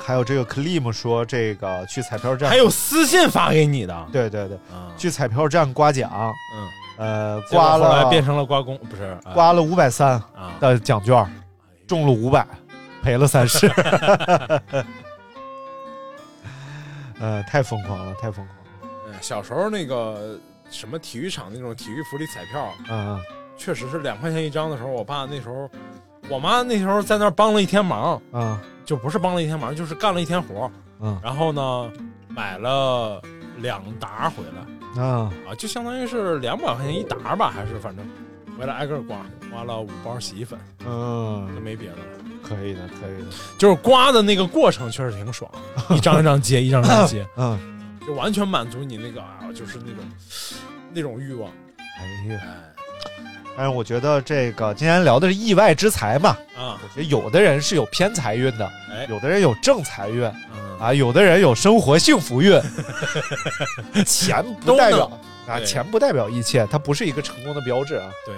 还有这个 Clim 说，这个去彩票站，
还有私信发给你的，
对对对，
啊，
去彩票站刮奖，
嗯，
呃，
结果
刮
后来
了
变成了刮工，不是哎
刮了五百三
啊，哎
的奖券，中了五百，赔了三十。 呃，太疯狂了，太疯狂了。
嗯小时候那个什么体育场那种体育福利彩票，
嗯，
确实是两块钱一张的时候，我爸那时候，我妈那时候在那儿帮了一天忙，
嗯
就不是帮了一天忙，就是干了一天活，
嗯
然后呢，买了两沓回来
嗯嗯
啊，就相当于是两百块钱一沓吧，还是反正回来挨个刮，刮了五包洗衣粉，那
嗯，
没别的了，
可以的，可以的。
就是刮的那个过程确实 挺爽，一张一张接，一张一张接，
嗯，
就完全满足你那个啊，就是那种那种欲望，
哎呀，
哎
但是我觉得这个今天聊的是意外之财嘛，
啊，
我觉得有的人是有偏财运的，
哎，
有的人有正财运
嗯
啊，有的人有生活幸福运。 钱不
都
代
能
表啊，
对
钱不代表一切，它不是一个成功的标志啊。
对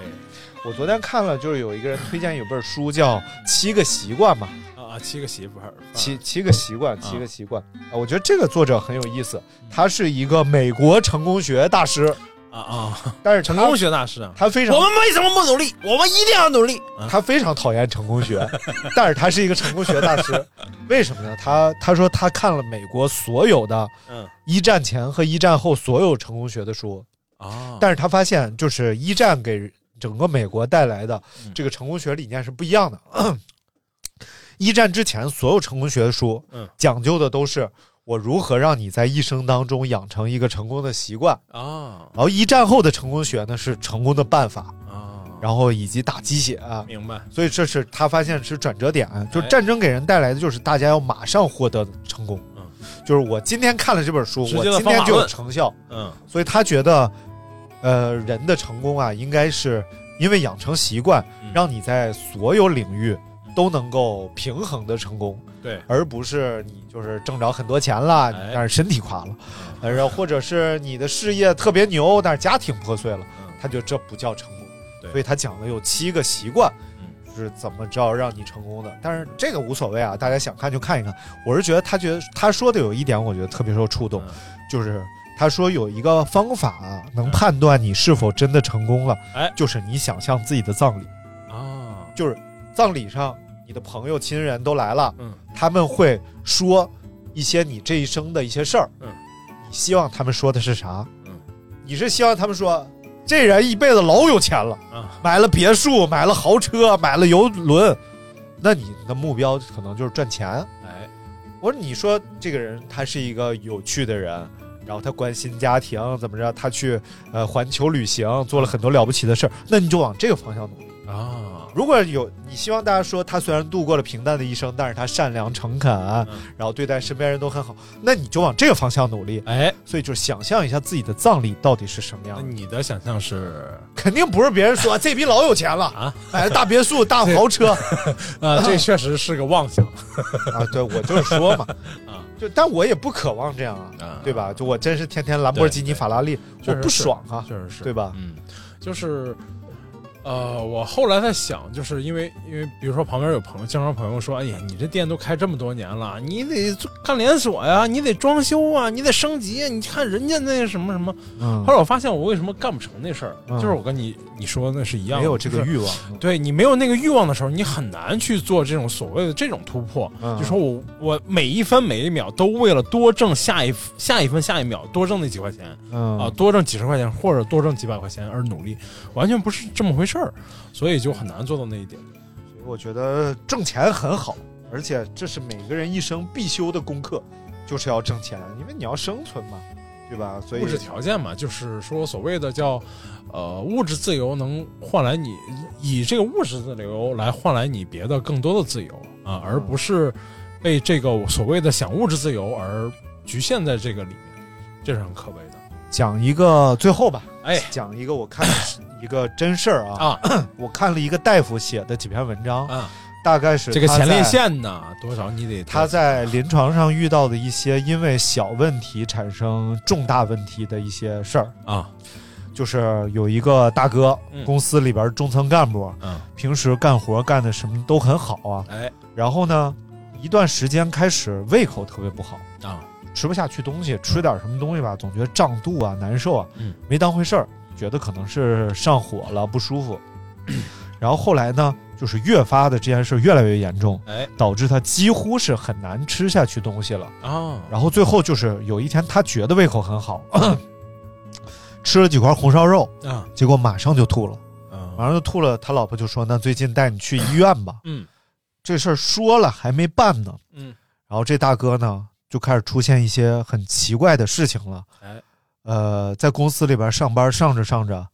我昨天看了，就是有一个人推荐有本书叫《七个习惯》嘛，
啊啊，七个媳妇儿，
七七个习惯，七个习惯啊，我觉得这个作者很有意思，他是一个美国成功学大师，
啊啊，
但是他
成功学大师啊，
他非常嗯
我们为什么不努力？我们一定要努力。
他非常讨厌成功 学，但是他是一个成功学大师，为什么呢？他他说他看了美国所有的
嗯
一战前和一战后所有成功学的书，
啊，
哦但是他发现，就是一战给整个美国带来的
嗯
这个成功学理念是不一样的。 一战之前，所有成功学的书
嗯
讲究的都是我如何让你在一生当中养成一个成功的习惯。
啊
然后一战后的成功学呢是成功的办法，
啊，
然后以及打鸡血、啊。
明白
所以这是他发现是转折点，就是战争给人带来的就是大家要马上获得成功
嗯，
就是我今天看了这本书，
直接
我
的
今
方
天
法
就有
论
成效，
嗯
所以他觉得，呃，人的成功啊，应该是因为养成习惯
嗯，
让你在所有领域都能够平衡的成功，
对
而不是你就是挣着很多钱了，
哎嗯
但是身体垮了，呃然后或者是你的事业特别牛，但是家庭破碎了
嗯，
他觉得这不叫成功。
对
所以他讲了有七个习惯
嗯，
就是怎么着让你成功的。但是这个无所谓啊，大家想看就看一看。我是觉得他觉得他说的有一点，我觉得特别受触动
嗯，
就是他说有一个方法啊能判断你是否真的成功了，
哎
就是你想象自己的葬礼，
啊，
就是葬礼上你的朋友亲人都来了，
嗯
他们会说一些你这一生的一些事儿，
嗯，
你希望他们说的是啥？
嗯，
你是希望他们说这人一辈子老有钱了，
啊
买了别墅，买了豪车，买了游轮，那你的目标可能就是赚钱。
哎
我说你说这个人他是一个有趣的人，然后他关心家庭怎么着，他去呃环球旅行，做了很多了不起的事儿，那你就往这个方向努力。
啊
如果有你希望大家说他虽然度过了平淡的一生，但是他善良诚恳，啊然后对待身边人都很好，那你就往这个方向努力。
哎，
所以就想象一下自己的葬礼到底是什么样
那
的，
你的想象是
肯定不是别人说啊这逼老有钱了
啊，
买了大别墅、大豪车
啊，这确实是个妄想
啊。对，我就是说嘛，
啊，
就但我也不渴望这样啊
啊，
对吧？就我真是天天兰博基尼、
对对
法拉利，
确
我
实
不
是
爽啊，
确实是
对吧
嗯，就是呃，我后来在想，就是因为因为比如说旁边有朋友，经常朋友说，哎呀，你这店都开这么多年了，你得做干连锁呀，你得装修啊，你得升级啊，你看人家那什么什么。
嗯
后来我发现我为什么干不成那事儿，
嗯
就是我跟你你说的那是一样的，
没有这
就
个
是
欲望，
对你没有那个欲望的时候，你很难去做这种所谓的这种突破。
嗯
就说我我每一分每一秒都为了多挣下一下一分下一秒多挣那几块钱
嗯
啊，多挣几十块钱或者多挣几百块钱而努力，完全不是这么回事儿，所以就很难做到那一点。
所以我觉得挣钱很好，而且这是每个人一生必修的功课，就是要挣钱，因为你要生存嘛，对吧？所以
物质条件嘛，就是说所谓的叫呃物质自由能换来你以这个物质自由来换来你别的更多的自由啊，而不是被这个所谓的想物质自由而局限在这个里面，这是很可悲的。
讲一个最后吧，
哎
讲一个我看一个真事儿啊，
啊
我看了一个大夫写的几篇文章，
啊，
大概是
这个
他
前列
在
腺呐，多少你得
他在临床上遇到的一些因为小问题产生重大问题的一些事儿，
啊，
就是有一个大哥，
嗯
公司里边中层干部，
嗯，
平时干活干的什么都很好啊，
哎
然后呢，一段时间开始胃口特别不好，
啊，
吃不下去东西，吃点什么东西吧，总觉得胀肚啊、难受啊，
嗯
没当回事儿，觉得可能是上火了不舒服。 然后后来呢，就是越发的这件事越来越严重，
哎
导致他几乎是很难吃下去东西了。
啊，
然后最后就是有一天，他觉得胃口很好， 吃了几块红烧肉，
啊
结果马上就吐了，马
啊，
上就吐了。他老婆就说：“那最近带你去医院吧。”
嗯
这事儿说了还没办呢，
嗯，
然后这大哥呢就开始出现一些很奇怪的事情了，
哎，
呃，在公司里边上班上着上着，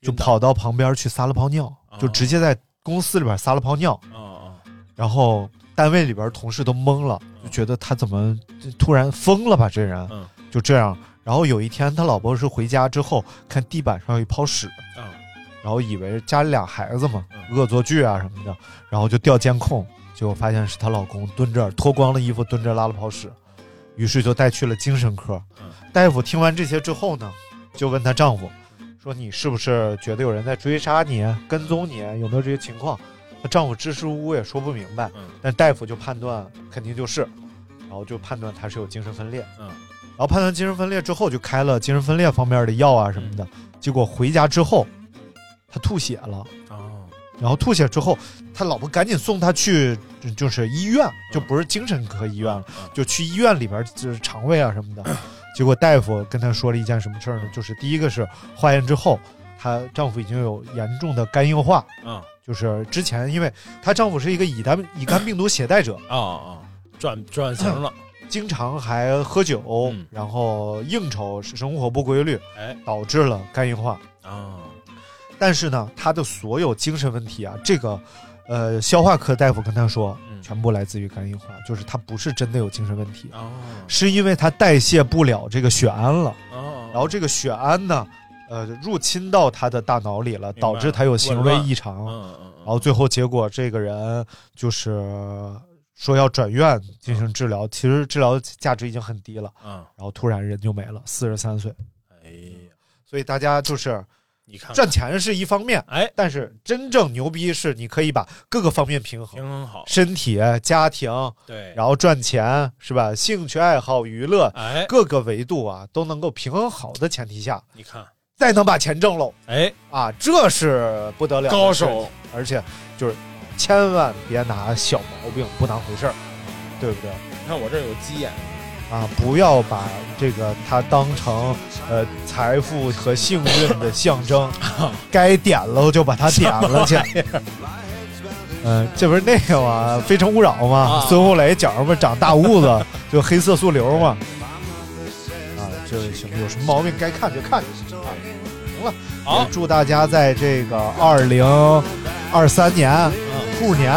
就
晕倒
跑到旁边去撒了泡尿，就
哦
直接在公司里边撒了泡尿，
啊
然后单位里边同事都懵了，就觉得他怎么突然疯了吧这人，
嗯
就这样。然后有一天他老婆是回家之后看地板上有一泡屎，
啊啊，
然后以为家里俩孩子嘛，
嗯
恶作剧啊什么的，然后就调监控，结果发现是她老公蹲着脱光了衣服蹲着拉了泡屎，于是就带去了精神科
嗯。
大夫听完这些之后呢，就问她丈夫说：“你是不是觉得有人在追杀你、啊跟踪你？有没有这些情况？”她丈夫支支吾吾也说不明白
嗯，
但大夫就判断肯定就是，然后就判断她是有精神分裂。
嗯
然后判断精神分裂之后，就开了精神分裂方面的药啊什么的。结果回家之后，他吐血了，
啊
然后吐血之后，他老婆赶紧送他去就就是医院，就不是精神科医院了，就去医院里边就是肠胃啊什么的。结果大夫跟他说了一件什么事儿呢？就是第一个是化验之后，她丈夫已经有严重的肝硬化，
啊
就是之前因为她丈夫是一个乙肝乙肝病毒携带者，
啊啊，转转型了，
经常还喝酒，
嗯
然后应酬，生活不规律，
哎
导致了肝硬化。
啊
但是呢，他的所有精神问题啊，这个，呃，消化科大夫跟他说，
嗯
全部来自于肝硬化，就是他不是真的有精神问题，
啊
是因为他代谢不了这个血胺了，
啊，
然后这个血胺呢，呃，入侵到他的大脑里了，
明白了
导致他有行为异常，
嗯嗯
然后最后结果这个人就是说要转院进行治疗，其实治疗价值已经很低了，
嗯，
然后突然人就没了，四十三岁，
哎呀，
所以大家就是
你看
赚钱是一方面。
啊哎，
但是真正牛逼是你可以把各个方面平衡，
平衡好，
身体、啊家庭，
对，
然后赚钱是吧？兴趣爱好、娱乐
哎，
各个维度啊都能够平衡好的前提下，
你看，
再能把钱挣喽
哎，
啊，这是不得了的
高
事情
手，
而且就是千万别拿小毛病不当回事儿，对不对？
你看我这有鸡眼，
啊，不要把这个它当成呃财富和幸运的象 征，该点了就把它点了去。嗯、这不是那个嘛，《非诚勿扰》嘛，
啊
孙红雷脚上面长大痦 子，就黑色素瘤嘛。啊，这行，有什么毛病该看就看就啊，行了。
好
也祝大家在这个二零二三年兔年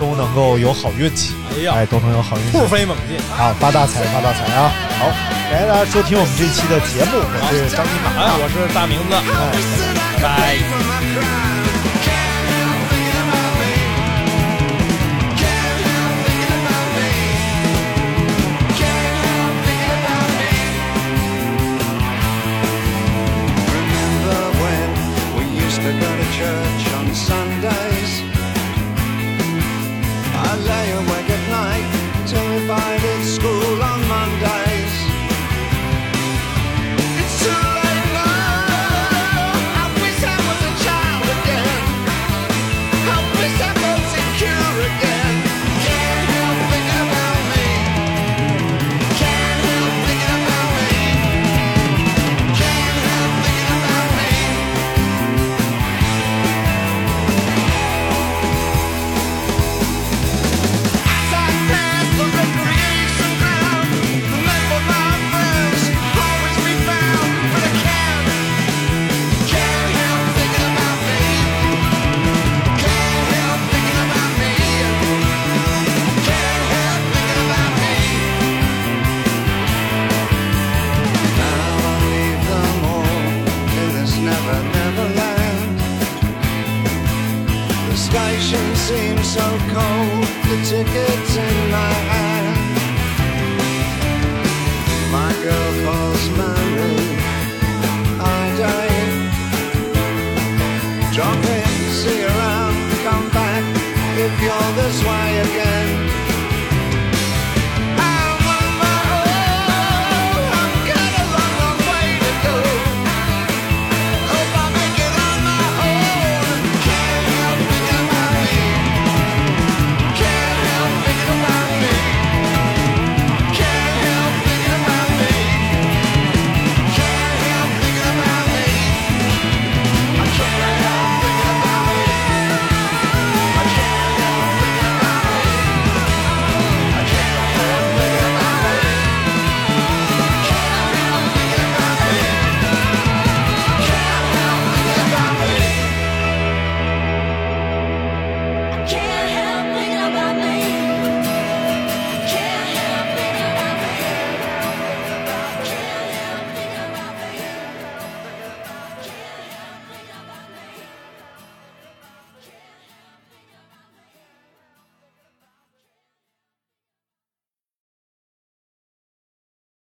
都能够有好运气，
嗯哎呀
哎，都能有好运气。
突飞猛进，
好，发大财，发大财啊！好，感谢大家收听我们这期的节目，我是张金马。啊
哎，我是大明
I always said
子，
I could pay for my crime.